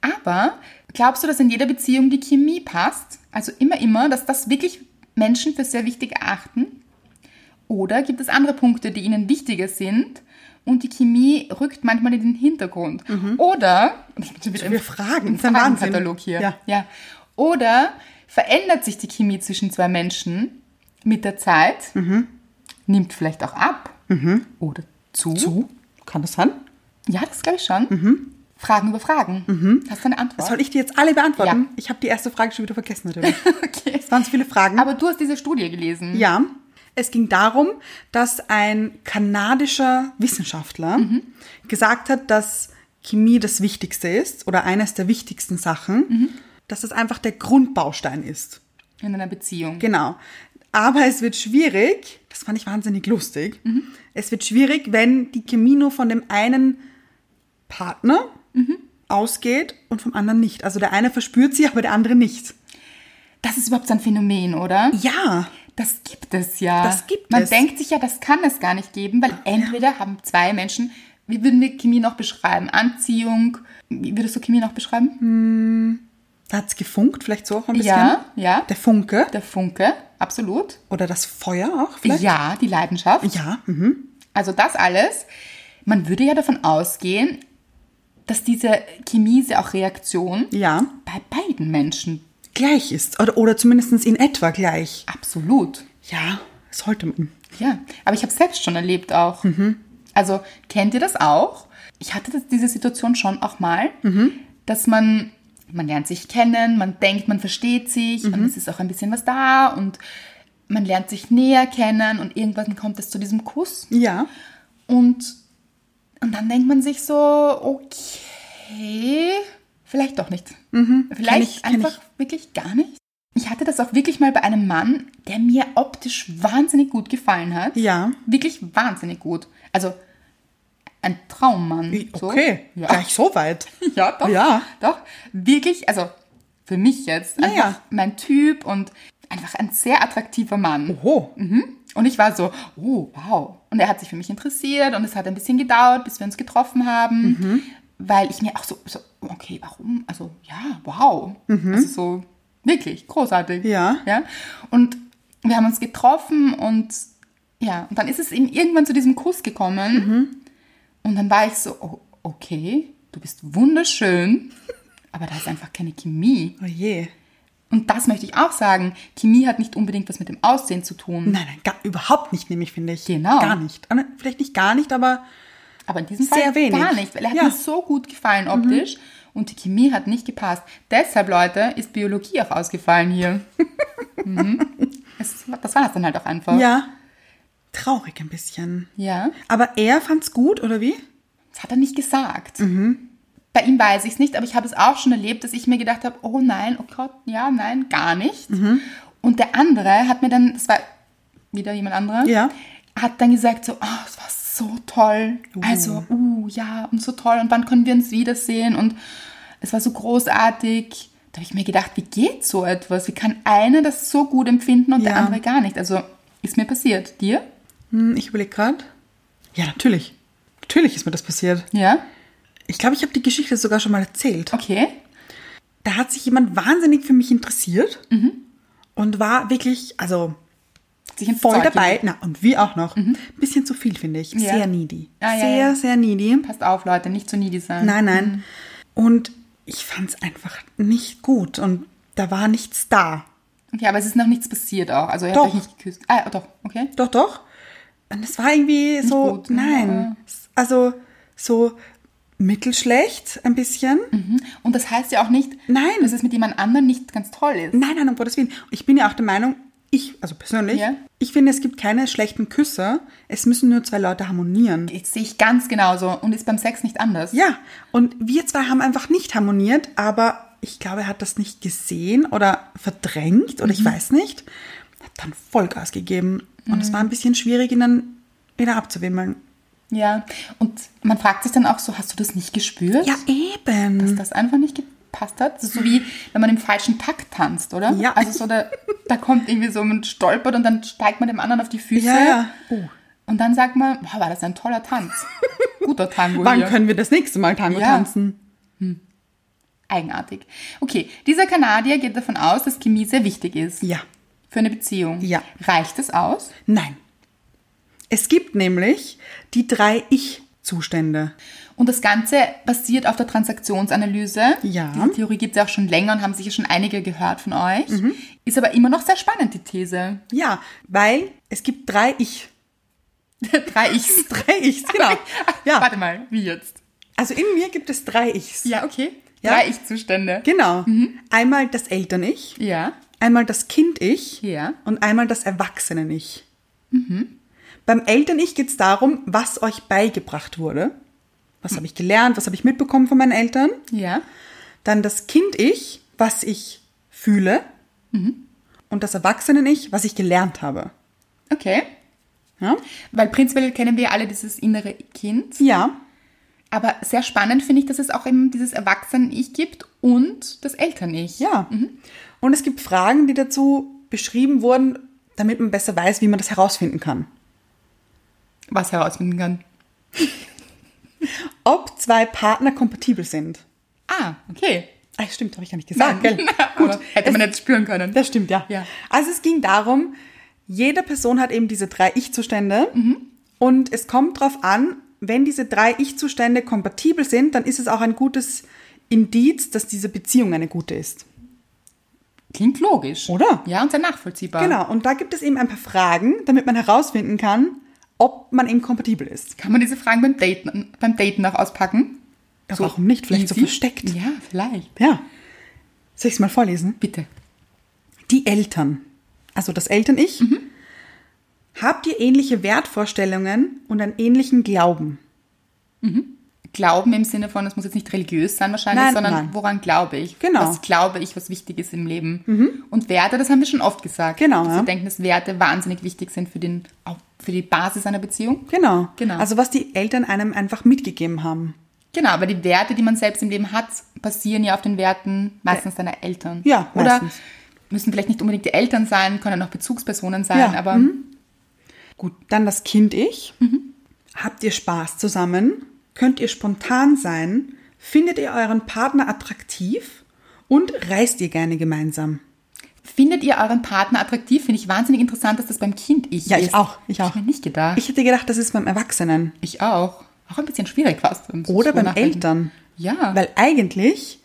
Speaker 1: aber glaubst du, dass in jeder Beziehung die Chemie passt? Also immer, immer, dass das wirklich Menschen für sehr wichtig erachten? Oder gibt es andere Punkte, die ihnen wichtiger sind und die Chemie rückt manchmal in den Hintergrund? Oder, ich bin schon wieder
Speaker 2: Schon wieder Mhm. Fragen,
Speaker 1: im
Speaker 2: das ist ein Wahnsinn.
Speaker 1: Fragenkatalog hier.
Speaker 2: Ja.
Speaker 1: ja. Oder verändert sich die Chemie zwischen zwei Menschen mit der Zeit?
Speaker 2: Mhm.
Speaker 1: Nimmt vielleicht auch ab? Oder zu?
Speaker 2: Zu? Kann das sein?
Speaker 1: Ja, das glaube ich schon.
Speaker 2: Mhm.
Speaker 1: Fragen über Fragen. Hast du eine Antwort?
Speaker 2: Soll ich die jetzt alle beantworten?
Speaker 1: Ja.
Speaker 2: Ich habe die erste Frage schon wieder vergessen. natürlich.
Speaker 1: okay.
Speaker 2: Es waren so viele Fragen.
Speaker 1: Aber du hast diese Studie gelesen.
Speaker 2: Ja, es ging darum, dass ein kanadischer Wissenschaftler
Speaker 1: Mhm.
Speaker 2: gesagt hat, dass Chemie das Wichtigste ist oder eines der wichtigsten Sachen,
Speaker 1: Mhm.
Speaker 2: dass es einfach der Grundbaustein ist.
Speaker 1: In einer Beziehung.
Speaker 2: Genau. Aber es wird schwierig, das fand ich wahnsinnig lustig,
Speaker 1: Mhm.
Speaker 2: es wird schwierig, wenn die Chemie nur von dem einen Partner
Speaker 1: Mhm.
Speaker 2: ausgeht und vom anderen nicht. Also der eine verspürt sie, aber der andere nicht.
Speaker 1: Das ist überhaupt so ein Phänomen, oder?
Speaker 2: Ja,
Speaker 1: Das gibt es ja.
Speaker 2: Das gibt
Speaker 1: Man
Speaker 2: es.
Speaker 1: denkt sich ja, das kann es gar nicht geben, weil entweder haben zwei Menschen, wie würden wir Chemie noch beschreiben? Anziehung, wie würdest du Chemie noch beschreiben?
Speaker 2: da hat es gefunkt, vielleicht so auch ein bisschen.
Speaker 1: Ja, ja.
Speaker 2: Der Funke.
Speaker 1: Der Funke, absolut.
Speaker 2: Oder das Feuer auch vielleicht?
Speaker 1: Ja, die Leidenschaft.
Speaker 2: Ja, mhm.
Speaker 1: Also das alles, man würde ja davon ausgehen, dass diese Chemie, diese auch Reaktion
Speaker 2: ja.
Speaker 1: bei beiden Menschen
Speaker 2: Gleich ist. Oder, oder zumindest in etwa gleich.
Speaker 1: absolut.
Speaker 2: Ja, sollte man.
Speaker 1: Ja, aber ich habe selbst schon erlebt auch. Also kennt ihr das auch? Ich hatte das, diese Situation schon auch mal, dass man, man lernt sich kennen, man denkt, man versteht sich und es ist auch ein bisschen was da und man lernt sich näher kennen und irgendwann kommt es zu diesem Kuss
Speaker 2: Ja.
Speaker 1: Und, und dann denkt man sich so, okay, vielleicht doch nicht.
Speaker 2: ich,
Speaker 1: vielleicht
Speaker 2: Mhm, kenn
Speaker 1: einfach wirklich gar nicht. Ich hatte das auch wirklich mal bei einem Mann, der mir optisch wahnsinnig gut gefallen hat.
Speaker 2: Ja.
Speaker 1: Wirklich wahnsinnig gut. Also ein Traummann. so.
Speaker 2: Okay,
Speaker 1: Ja.
Speaker 2: gleich so weit.
Speaker 1: Ja, doch.
Speaker 2: Ja.
Speaker 1: Doch. Wirklich, also für mich jetzt,
Speaker 2: Ja,
Speaker 1: einfach
Speaker 2: ja.
Speaker 1: mein Typ und einfach ein sehr attraktiver Mann.
Speaker 2: Oho.
Speaker 1: Mhm. Und ich war so, oh, wow. Und er hat sich für mich interessiert und es hat ein bisschen gedauert, bis wir uns getroffen haben, weil ich mir auch so, so, okay, warum? Also, ja, wow. Das ist so wirklich großartig.
Speaker 2: Ja.
Speaker 1: ja. Und wir haben uns getroffen und ja, und dann ist es eben irgendwann zu diesem Kuss gekommen. Und dann war ich so, oh, okay, du bist wunderschön, aber da ist einfach keine Chemie.
Speaker 2: Oh je.
Speaker 1: Und das möchte ich auch sagen. Chemie hat nicht unbedingt was mit dem Aussehen zu tun.
Speaker 2: Nein, nein, gar, überhaupt nicht, nämlich, finde ich.
Speaker 1: Genau.
Speaker 2: Gar nicht. Ah, nein, Vielleicht nicht gar nicht, aber
Speaker 1: Aber in diesem Fall
Speaker 2: Sehr wenig.
Speaker 1: gar nicht, weil er hat
Speaker 2: Ja. Mhm.
Speaker 1: mir so gut gefallen optisch und die Chemie hat nicht gepasst. Deshalb, Leute, ist Biologie auch ausgefallen hier. mhm. es, das war das dann halt auch einfach.
Speaker 2: ja. Traurig ein bisschen.
Speaker 1: ja.
Speaker 2: Aber er fand's gut, oder wie?
Speaker 1: Das hat er nicht gesagt.
Speaker 2: Mhm.
Speaker 1: Bei ihm weiß ich es nicht, aber ich habe es auch schon erlebt, dass ich mir gedacht habe,
Speaker 2: Mhm.
Speaker 1: oh nein, oh Gott, ja, nein, gar nicht. Und der andere hat mir dann, das war wieder jemand anderer,
Speaker 2: Ja.
Speaker 1: hat dann gesagt so, oh, es war so toll.
Speaker 2: Oh.
Speaker 1: Also, uh, ja, und so toll. Und wann können wir uns wiedersehen? Und es war so großartig. Da habe ich mir gedacht, wie geht so etwas? Wie kann einer das so gut empfinden und der
Speaker 2: Ja.
Speaker 1: andere gar nicht? Also, ist mir passiert. Dir?
Speaker 2: Hm, ich überlege gerade. Ja, natürlich. Natürlich ist mir das passiert.
Speaker 1: Ja?
Speaker 2: Ich glaube, ich habe die Geschichte sogar schon mal erzählt.
Speaker 1: Okay.
Speaker 2: Da hat sich jemand wahnsinnig für mich interessiert
Speaker 1: Mhm.
Speaker 2: und war wirklich, also
Speaker 1: Hat Sich ins
Speaker 2: voll
Speaker 1: Zeug Mhm.
Speaker 2: dabei. Na, und wie auch noch. Bisschen zu viel, finde ich.
Speaker 1: Ja.
Speaker 2: Sehr needy.
Speaker 1: Ah, ja,
Speaker 2: sehr,
Speaker 1: ja.
Speaker 2: sehr needy.
Speaker 1: Passt Mhm. auf, Leute, nicht zu needy sein.
Speaker 2: Nein, nein. Und ich fand es einfach nicht gut. Und da war nichts da.
Speaker 1: Okay, aber es ist noch nichts passiert auch. Also, er
Speaker 2: Doch.
Speaker 1: hat euch nicht geküsst. Ah, doch, okay.
Speaker 2: Doch, doch. Und es war irgendwie so,
Speaker 1: gut, ne?
Speaker 2: nein. Also so mittelschlecht ein bisschen.
Speaker 1: Mhm. Und das heißt ja auch nicht,
Speaker 2: Nein.
Speaker 1: dass es mit jemand anderem nicht ganz toll ist.
Speaker 2: Nein, nein, um Gottes Willen. Ich bin ja auch der Meinung, ich, also persönlich,
Speaker 1: Ja.
Speaker 2: ich finde, es gibt keine schlechten Küsse. Es müssen nur zwei Leute harmonieren.
Speaker 1: Das sehe ich ganz genauso und ist beim Sex nicht anders.
Speaker 2: Ja, und wir zwei haben einfach nicht harmoniert, aber ich glaube, er hat das nicht gesehen oder verdrängt oder
Speaker 1: Mhm.
Speaker 2: ich weiß nicht. Hat dann Vollgas gegeben. Und
Speaker 1: Mhm.
Speaker 2: es war ein bisschen schwierig, ihn dann wieder abzuwimmeln.
Speaker 1: Ja. Und man fragt sich dann auch so, hast du das nicht gespürt?
Speaker 2: Ja, eben.
Speaker 1: Dass das einfach nicht gepasst hat? Das ist so wie, wenn man im falschen Takt tanzt, oder?
Speaker 2: Ja.
Speaker 1: Also so, da, da kommt irgendwie so, man stolpert und dann steigt man dem anderen auf die Füße.
Speaker 2: Ja, ja. Oh.
Speaker 1: Und dann sagt man, boah, war das ein toller Tanz. Guter Tango
Speaker 2: Wann
Speaker 1: hier.
Speaker 2: können wir das nächste Mal Tango
Speaker 1: Oh, Ja.
Speaker 2: tanzen?
Speaker 1: Eigenartig. Okay, dieser Kanadier geht davon aus, dass Chemie sehr wichtig ist.
Speaker 2: Ja.
Speaker 1: Für eine Beziehung.
Speaker 2: Ja.
Speaker 1: Reicht es aus?
Speaker 2: Nein. Es gibt nämlich die drei Ich-Zustände.
Speaker 1: Und das Ganze basiert auf der Transaktionsanalyse.
Speaker 2: Ja.
Speaker 1: Diese Theorie gibt es ja auch schon länger und haben sicher schon einige gehört von euch.
Speaker 2: Mhm.
Speaker 1: Ist aber immer noch sehr spannend, die These.
Speaker 2: Ja, weil es gibt drei Ich.
Speaker 1: Drei Ichs.
Speaker 2: Drei Ichs, genau. Ja,
Speaker 1: Warte mal, wie jetzt?
Speaker 2: also in mir gibt es drei Ichs.
Speaker 1: Ja, Mhm. okay.
Speaker 2: Ja.
Speaker 1: Drei Ich-Zustände.
Speaker 2: Genau. Einmal das Eltern-Ich,
Speaker 1: Ja.
Speaker 2: einmal das Kind-Ich
Speaker 1: Ja. Mhm.
Speaker 2: und einmal das Erwachsenen-Ich. Beim Eltern-Ich geht es darum, was euch beigebracht wurde. Was habe ich gelernt, was habe ich mitbekommen von meinen Eltern?
Speaker 1: Ja.
Speaker 2: Dann das Kind-Ich, was ich fühle.
Speaker 1: Mhm.
Speaker 2: Und das Erwachsenen-Ich, was ich gelernt habe.
Speaker 1: Okay.
Speaker 2: Ja?
Speaker 1: Weil prinzipiell kennen wir alle dieses innere Kind.
Speaker 2: ja.
Speaker 1: Aber sehr spannend finde ich, dass es auch eben dieses Erwachsenen-Ich gibt und das Eltern-Ich.
Speaker 2: Ja.
Speaker 1: Mhm.
Speaker 2: Und es gibt Fragen, die dazu beschrieben wurden, damit man besser weiß, wie man das herausfinden kann.
Speaker 1: Was herausfinden kann.
Speaker 2: Ob zwei Partner kompatibel sind.
Speaker 1: Ah, okay. genau.
Speaker 2: Ah, stimmt, habe ich gar nicht gesagt. Gell?
Speaker 1: Gut. Hätte man jetzt spüren können.
Speaker 2: Das stimmt, ja.
Speaker 1: Ja.
Speaker 2: Also es ging darum, jede Person hat eben diese drei Ich-Zustände
Speaker 1: Mhm.
Speaker 2: und es kommt darauf an, wenn diese drei Ich-Zustände kompatibel sind, dann ist es auch ein gutes Indiz, dass diese Beziehung eine gute ist.
Speaker 1: Klingt logisch.
Speaker 2: Oder?
Speaker 1: Ja, und sehr nachvollziehbar.
Speaker 2: Genau, und da gibt es eben ein paar Fragen, damit man herausfinden kann, ob man eben kompatibel ist.
Speaker 1: Kann man diese Fragen beim Daten, beim Daten auch auspacken?
Speaker 2: Ja, warum nicht? Vielleicht so versteckt.
Speaker 1: Ja, vielleicht.
Speaker 2: Ja. Soll ich es mal vorlesen?
Speaker 1: Bitte.
Speaker 2: Die Eltern, also das Eltern-Ich, habt ihr ähnliche Wertvorstellungen und einen ähnlichen Glauben?
Speaker 1: Glauben im Sinne von, es muss jetzt nicht religiös sein wahrscheinlich,
Speaker 2: Nein,
Speaker 1: sondern
Speaker 2: nein.
Speaker 1: woran glaube ich?
Speaker 2: Genau. Mhm.
Speaker 1: Was glaube ich, was wichtig ist im Leben? Und Werte, das haben wir schon oft gesagt.
Speaker 2: Genau,
Speaker 1: Dass wir
Speaker 2: ja.
Speaker 1: denken, dass Werte wahnsinnig wichtig sind für, den, auch für die Basis einer Beziehung.
Speaker 2: Genau.
Speaker 1: Genau.
Speaker 2: Also was die Eltern einem einfach mitgegeben haben.
Speaker 1: Genau, aber die Werte, die man selbst im Leben hat, basieren ja auf den Werten meistens deiner Eltern.
Speaker 2: Ja,
Speaker 1: Oder
Speaker 2: meistens.
Speaker 1: müssen vielleicht nicht unbedingt die Eltern sein, können auch Bezugspersonen sein,
Speaker 2: Ja, mhm.
Speaker 1: aber
Speaker 2: Gut, dann das Kind ich. Habt ihr Spaß zusammen? Könnt ihr spontan sein? Findet ihr euren Partner attraktiv? Und reist ihr gerne gemeinsam?
Speaker 1: Findet ihr euren Partner attraktiv? Finde ich wahnsinnig interessant, dass das beim Kind ich
Speaker 2: Ja,
Speaker 1: ist.
Speaker 2: ich auch, ich
Speaker 1: Hätte
Speaker 2: auch.
Speaker 1: mir nicht gedacht. Ich,
Speaker 2: Ich hätte gedacht, das ist beim Erwachsenen
Speaker 1: auch. Auch ein bisschen schwierig fast. wenn man
Speaker 2: oder
Speaker 1: so
Speaker 2: beim
Speaker 1: nachdenkt.
Speaker 2: Eltern.
Speaker 1: Ja,
Speaker 2: Weil eigentlich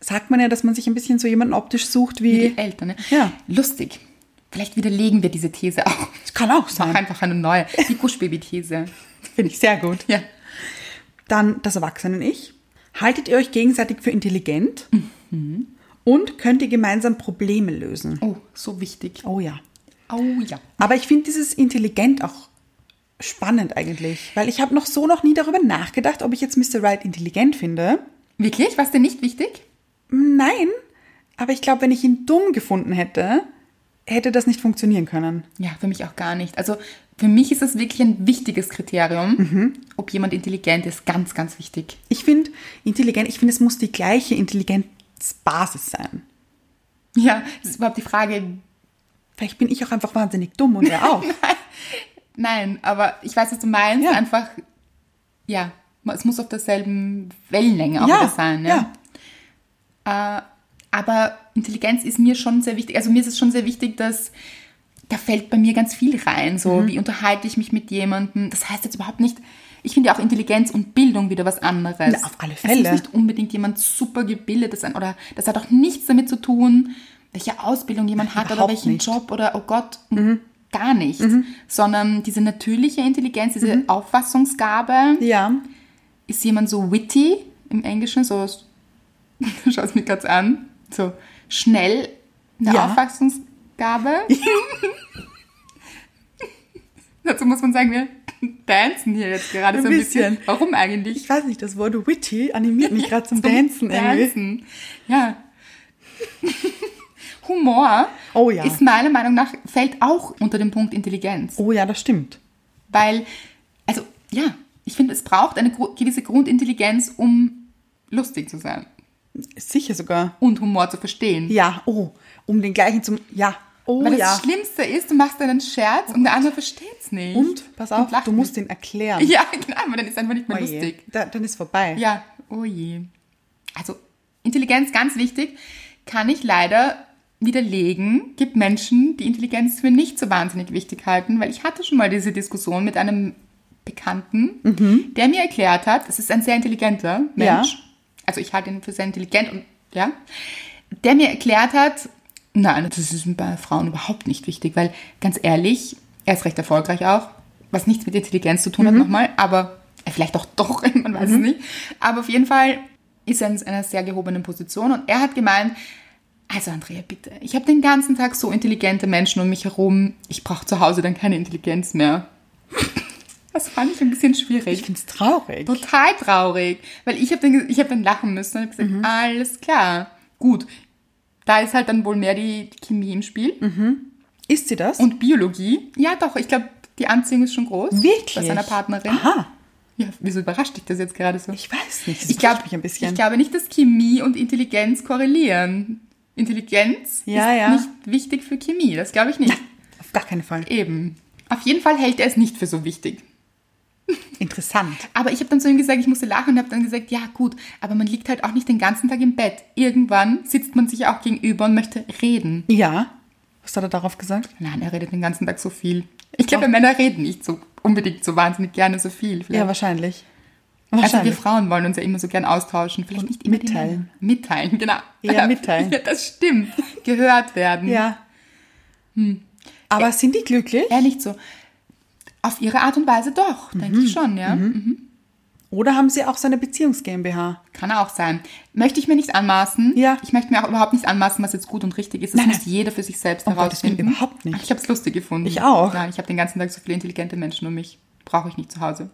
Speaker 2: sagt man ja, dass man sich ein bisschen so jemanden optisch sucht
Speaker 1: wie
Speaker 2: wie...
Speaker 1: die Eltern. Ne?
Speaker 2: Ja.
Speaker 1: Lustig. Vielleicht widerlegen wir diese These auch.
Speaker 2: Das kann auch
Speaker 1: Mach
Speaker 2: sein.
Speaker 1: einfach eine neue. Die Guschbaby-These.
Speaker 2: Finde ich sehr gut.
Speaker 1: Ja.
Speaker 2: Dann das Erwachsenen-Ich. Haltet ihr euch gegenseitig für intelligent? Und könnt ihr gemeinsam Probleme lösen?
Speaker 1: Oh, so wichtig.
Speaker 2: Oh ja.
Speaker 1: Oh ja.
Speaker 2: Aber ich finde dieses intelligent auch spannend eigentlich, weil ich habe noch so noch nie darüber nachgedacht, ob ich jetzt Mr. Right intelligent finde.
Speaker 1: Wirklich? War es dir nicht wichtig?
Speaker 2: Nein, aber ich glaube, wenn ich ihn dumm gefunden hätte, hätte das nicht funktionieren können.
Speaker 1: Ja, für mich auch gar nicht. Also für mich ist das wirklich ein wichtiges Kriterium. Ob jemand intelligent ist, ganz, ganz wichtig.
Speaker 2: Ich finde intelligent, ich finde, es muss die gleiche Intelligenzbasis sein.
Speaker 1: Ja, das ist überhaupt die Frage.
Speaker 2: Vielleicht bin ich auch einfach wahnsinnig dumm und er auch.
Speaker 1: Nein, aber ich weiß, was du meinst.
Speaker 2: Ja.
Speaker 1: Einfach, ja, es muss auf derselben Wellenlänge auch wieder
Speaker 2: ja,
Speaker 1: sein. Ne?
Speaker 2: ja.
Speaker 1: Aber Intelligenz ist mir schon sehr wichtig. Also mir ist es schon sehr wichtig, dass da fällt bei mir ganz viel rein. So,
Speaker 2: Mhm.
Speaker 1: wie unterhalte ich mich mit jemandem? Das heißt jetzt überhaupt nicht, ich finde ja auch Intelligenz und Bildung wieder was anderes.
Speaker 2: Na, auf alle
Speaker 1: Es muss
Speaker 2: Fälle.
Speaker 1: nicht unbedingt jemand super gebildetes sein oder das hat auch nichts damit zu tun, welche Ausbildung jemand hat oder
Speaker 2: überhaupt
Speaker 1: welchen
Speaker 2: nicht.
Speaker 1: Job oder oh Gott,
Speaker 2: Mhm.
Speaker 1: gar nicht. Sondern diese natürliche Intelligenz, diese
Speaker 2: Mhm.
Speaker 1: Auffassungsgabe
Speaker 2: Ja.
Speaker 1: ist jemand so witty im Englischen, so, schau es mir ganz an, so schnell eine
Speaker 2: Ja.
Speaker 1: Auffassungsgabe. Dazu muss man sagen, wir tanzen hier jetzt gerade
Speaker 2: Ein
Speaker 1: so ein bisschen.
Speaker 2: bisschen.
Speaker 1: Warum eigentlich?
Speaker 2: Ich weiß nicht, das Wort witty animiert mich gerade zum, Dancen irgendwie.
Speaker 1: Tanzen. Ja. Humor
Speaker 2: Oh ja.
Speaker 1: ist meiner Meinung nach, fällt auch unter den Punkt Intelligenz.
Speaker 2: Oh ja, das stimmt.
Speaker 1: Weil, also ja, ich finde, es braucht eine gro- gewisse Grundintelligenz, um lustig zu sein
Speaker 2: Sicher sogar.
Speaker 1: und Humor zu verstehen.
Speaker 2: Ja, oh, um den gleichen zum. Ja, oh
Speaker 1: Weil das
Speaker 2: ja.
Speaker 1: Schlimmste ist, du machst einen Scherz und der andere versteht es nicht.
Speaker 2: Und, pass auf,
Speaker 1: lacht
Speaker 2: du musst Oh
Speaker 1: nicht.
Speaker 2: den erklären.
Speaker 1: Ja, genau, aber dann ist es einfach nicht mehr
Speaker 2: Oje.
Speaker 1: lustig.
Speaker 2: Da, dann ist vorbei.
Speaker 1: Ja, oh je. Also, Intelligenz, ganz wichtig, kann ich leider widerlegen, gibt Menschen, die Intelligenz für nicht so wahnsinnig wichtig halten, weil ich hatte schon mal diese Diskussion mit einem Bekannten, der mir erklärt hat, es ist ein sehr intelligenter Mensch, also ich halte ihn für sehr intelligent und ja, der mir erklärt hat, nein, das ist bei Frauen überhaupt nicht wichtig, weil ganz ehrlich, er ist recht erfolgreich auch, was nichts mit Intelligenz zu tun hat nochmal, aber äh, vielleicht auch doch, man weiß es nicht. Aber auf jeden Fall ist er in einer sehr gehobenen Position und er hat gemeint, also Andrea, bitte, ich habe den ganzen Tag so intelligente Menschen um mich herum, ich brauche zu Hause dann keine Intelligenz mehr. Das fand ich ein bisschen schwierig.
Speaker 2: Ich finde es traurig.
Speaker 1: Total traurig, weil ich habe dann, ich hab dann lachen müssen und hab
Speaker 2: Mhm.
Speaker 1: gesagt, alles klar, gut. Da ist halt dann wohl mehr die Chemie im Spiel
Speaker 2: Mhm. Ist sie das?
Speaker 1: und Biologie. Ja, doch, ich glaube, die Anziehung ist schon groß.
Speaker 2: Wirklich?
Speaker 1: Bei seiner Partnerin.
Speaker 2: Aha,
Speaker 1: Ja, wieso überrascht dich das jetzt gerade so?
Speaker 2: ich weiß nicht. Das
Speaker 1: Ich glaub-
Speaker 2: überrascht mich ein bisschen.
Speaker 1: Ich glaube nicht, dass Chemie und Intelligenz korrelieren. Intelligenz
Speaker 2: Ja,
Speaker 1: ist
Speaker 2: ja.
Speaker 1: nicht wichtig für Chemie, das glaube ich nicht.
Speaker 2: Auf gar keinen Fall.
Speaker 1: Eben. Auf jeden Fall hält er es nicht für so wichtig.
Speaker 2: Interessant.
Speaker 1: Aber ich habe dann zu ihm gesagt, ich musste lachen und habe dann gesagt, ja gut, aber man liegt halt auch nicht den ganzen Tag im Bett. Irgendwann sitzt man sich auch gegenüber und möchte reden.
Speaker 2: Ja. Was hat er darauf gesagt?
Speaker 1: Nein, er redet den ganzen Tag so viel. Ich glaube, Männer reden nicht so unbedingt so wahnsinnig gerne so viel.
Speaker 2: Ja,
Speaker 1: Vielleicht.
Speaker 2: wahrscheinlich.
Speaker 1: also wir
Speaker 2: Wahrscheinlich.
Speaker 1: Frauen wollen uns ja immer so gern austauschen. Vielleicht
Speaker 2: Und
Speaker 1: nicht immer die
Speaker 2: mitteilen.
Speaker 1: Männer. Mitteilen, genau.
Speaker 2: Ja, mitteilen.
Speaker 1: Ja, das stimmt. Gehört werden.
Speaker 2: ja. Hm. Aber sind die glücklich?
Speaker 1: Ehrlich so. Auf ihre Art und Weise doch, denke
Speaker 2: Mhm.
Speaker 1: ich schon, ja.
Speaker 2: Oder haben sie auch so eine Beziehungs GmbH?
Speaker 1: Kann auch sein. Möchte ich mir nicht anmaßen.
Speaker 2: Ja.
Speaker 1: Ich möchte mir auch überhaupt nicht anmaßen, was jetzt gut und richtig ist. Das
Speaker 2: Nein,
Speaker 1: muss
Speaker 2: nein.
Speaker 1: jeder für sich selbst
Speaker 2: Um Gottes Willen,
Speaker 1: herausfinden.
Speaker 2: überhaupt nicht.
Speaker 1: Aber Ich habe es lustig gefunden.
Speaker 2: Ich auch.
Speaker 1: Ja, ich habe den ganzen Tag so viele intelligente Menschen um mich. Brauche ich nicht zu Hause.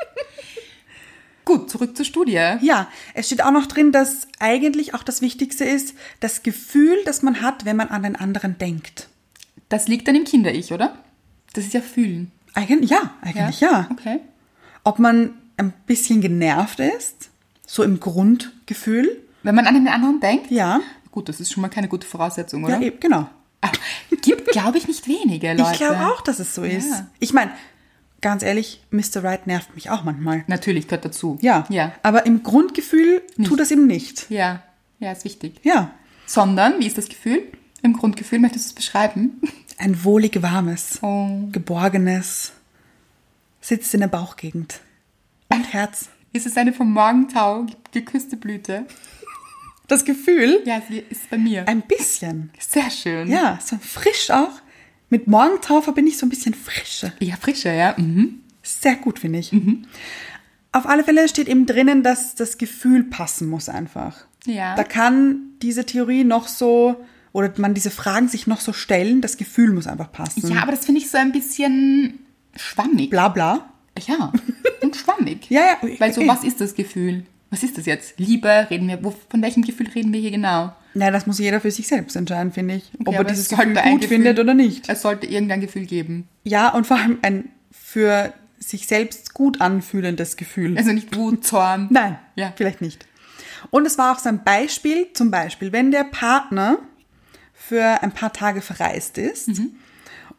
Speaker 1: gut, zurück zur Studie.
Speaker 2: Ja, es steht auch noch drin, dass eigentlich auch das Wichtigste ist, das Gefühl, das man hat, wenn man an den anderen denkt.
Speaker 1: Das liegt dann im Kinder-Ich, oder? Das ist ja fühlen.
Speaker 2: Eigen, ja, eigentlich ja.
Speaker 1: Okay.
Speaker 2: Ob man ein bisschen genervt ist, so im Grundgefühl.
Speaker 1: Wenn man an den anderen denkt.
Speaker 2: Ja.
Speaker 1: Gut, das ist schon mal keine gute Voraussetzung, oder?
Speaker 2: Ja, eben, genau.
Speaker 1: Aber Gibt, glaube ich, nicht wenige Leute.
Speaker 2: Ich glaube auch, dass es so ist.
Speaker 1: Ja.
Speaker 2: Ich meine, ganz ehrlich, Mr. Right nervt mich auch manchmal.
Speaker 1: Natürlich gehört dazu.
Speaker 2: Ja.
Speaker 1: Ja.
Speaker 2: Aber im Grundgefühl tut das eben nicht.
Speaker 1: Ja. Ja, ist wichtig.
Speaker 2: Ja.
Speaker 1: sondern, wie ist das Gefühl? Im Grundgefühl möchtest du es beschreiben?
Speaker 2: Ein wohlig warmes,
Speaker 1: Oh.
Speaker 2: geborgenes, sitzt in der Bauchgegend. Und Herz.
Speaker 1: Ist es eine vom Morgentau ge- geküsste Blüte?
Speaker 2: Das Gefühl?
Speaker 1: Ja, sie ist bei mir.
Speaker 2: Ein bisschen.
Speaker 1: Sehr schön.
Speaker 2: Ja, so frisch auch. Mit Morgentau verbinde ich so ein bisschen Frische.
Speaker 1: Ja, frischer, ja. Mhm.
Speaker 2: Sehr gut, finde ich. Auf alle Fälle steht eben drinnen, dass das Gefühl passen muss einfach.
Speaker 1: Ja.
Speaker 2: Da kann diese Theorie noch so, oder man diese Fragen sich noch so stellen, das Gefühl muss einfach passen.
Speaker 1: Ja, aber das finde ich so ein bisschen schwammig.
Speaker 2: Bla bla.
Speaker 1: Ja, und schwammig.
Speaker 2: Ja, ja.
Speaker 1: Weil so, was ist das Gefühl? was ist das jetzt? Liebe, reden wir, wo, von welchem Gefühl reden wir hier genau?
Speaker 2: Nein, das muss jeder für sich selbst entscheiden, finde ich. Ob
Speaker 1: Okay,
Speaker 2: er
Speaker 1: aber es
Speaker 2: dieses
Speaker 1: sollte
Speaker 2: Gefühl
Speaker 1: ein
Speaker 2: gut
Speaker 1: Gefühl-
Speaker 2: findet oder nicht.
Speaker 1: Es sollte irgendein Gefühl geben.
Speaker 2: Ja, und vor allem ein für sich selbst gut anfühlendes Gefühl.
Speaker 1: Also nicht Wut, Zorn.
Speaker 2: Nein,
Speaker 1: Ja.
Speaker 2: vielleicht nicht. Und es war auch sein Beispiel, zum Beispiel, wenn der Partner für ein paar Tage verreist ist
Speaker 1: Mhm.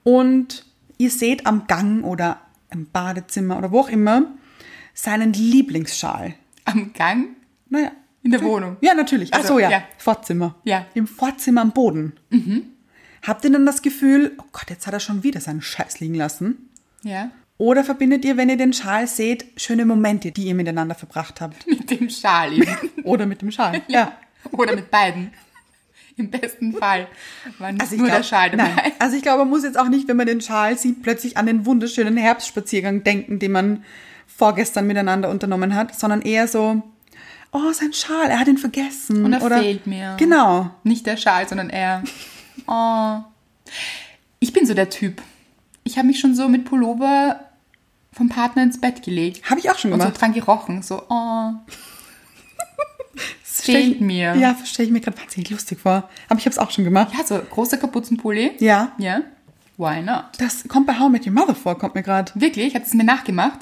Speaker 2: und ihr seht am Gang oder im Badezimmer oder wo auch immer seinen Lieblingsschal.
Speaker 1: Am Gang?
Speaker 2: Naja.
Speaker 1: In der Wohnung?
Speaker 2: Ja, natürlich. Ach
Speaker 1: Also,
Speaker 2: so, ja.
Speaker 1: ja.
Speaker 2: Vorzimmer.
Speaker 1: Ja. Mhm.
Speaker 2: Im Vorzimmer am Boden. Habt ihr dann das Gefühl, oh Gott, jetzt hat er schon wieder seinen Scheiß liegen lassen?
Speaker 1: Ja.
Speaker 2: Oder verbindet ihr, wenn ihr den Schal seht, schöne Momente, die ihr miteinander verbracht habt?
Speaker 1: Mit dem Schal eben.
Speaker 2: Oder mit dem Schal? ja.
Speaker 1: Oder mit beiden. Im besten Fall. War nicht
Speaker 2: Also ich
Speaker 1: nur
Speaker 2: glaub,
Speaker 1: der Schal dabei.
Speaker 2: nein. Also ich glaube, man muss jetzt auch nicht, wenn man den Schal sieht, plötzlich an den wunderschönen Herbstspaziergang denken, den man vorgestern miteinander unternommen hat, sondern eher so, oh, sein Schal, er hat ihn vergessen.
Speaker 1: Und er
Speaker 2: oder,
Speaker 1: fehlt mir.
Speaker 2: Genau.
Speaker 1: Nicht der Schal, sondern er. Oh. Ich bin so der Typ. Ich habe mich schon so mit Pullover vom Partner ins Bett gelegt.
Speaker 2: Habe ich auch schon
Speaker 1: Und so
Speaker 2: gemacht.
Speaker 1: dran gerochen. So, oh.
Speaker 2: Das
Speaker 1: fehlt mir.
Speaker 2: Ja, verstehe ich mir gerade wahnsinnig lustig vor. Aber ich habe es auch schon gemacht.
Speaker 1: Ja, so großer Kapuzenpulli.
Speaker 2: Ja.
Speaker 1: Ja. Why not?
Speaker 2: Das kommt bei How I Met Your Mother vor, kommt mir gerade.
Speaker 1: Wirklich? Hat es mir nachgemacht?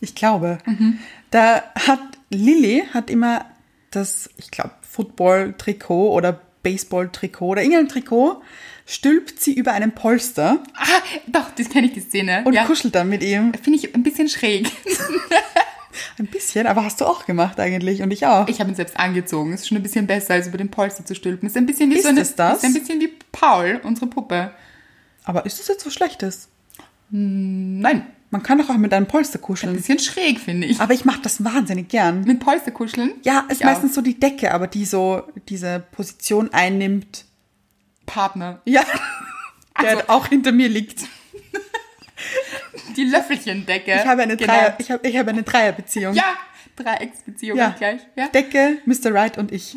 Speaker 2: Ich glaube.
Speaker 1: Mhm.
Speaker 2: Da hat Lilly hat immer das, ich glaube, Football-Trikot oder Baseball-Trikot oder irgendein Trikot, stülpt sie über einem Polster
Speaker 1: Ah, doch, das kenne ich, die Szene.
Speaker 2: und
Speaker 1: ja.
Speaker 2: kuschelt dann mit ihm.
Speaker 1: Finde ich ein bisschen schräg.
Speaker 2: Ein bisschen, aber hast du auch gemacht eigentlich und ich auch.
Speaker 1: Ich habe ihn selbst angezogen. Ist schon ein bisschen besser, als über den Polster zu stülpen. Ist ein bisschen wie
Speaker 2: Ist
Speaker 1: so eine,
Speaker 2: es das?
Speaker 1: Ist ein bisschen wie Paul, unsere Puppe.
Speaker 2: aber ist das jetzt so Schlechtes?
Speaker 1: Nein,
Speaker 2: Man kann doch auch mit einem Polster
Speaker 1: ein
Speaker 2: kuscheln.
Speaker 1: bisschen schräg, finde ich.
Speaker 2: Aber ich mache das wahnsinnig gern.
Speaker 1: Mit Polster kuscheln?
Speaker 2: Ah. Ja, ist
Speaker 1: Ich
Speaker 2: meistens so die Decke, aber die so diese Position einnimmt.
Speaker 1: auch. Partner.
Speaker 2: Ja, der halt auch hinter mir liegt.
Speaker 1: Die Löffelchendecke.
Speaker 2: Ich habe eine,
Speaker 1: Genau.
Speaker 2: Dreier, ich habe, ich habe eine Dreierbeziehung.
Speaker 1: Ja, Dreiecksbeziehung
Speaker 2: Ja.
Speaker 1: gleich. Ja.
Speaker 2: Decke, Mr. Wright und ich.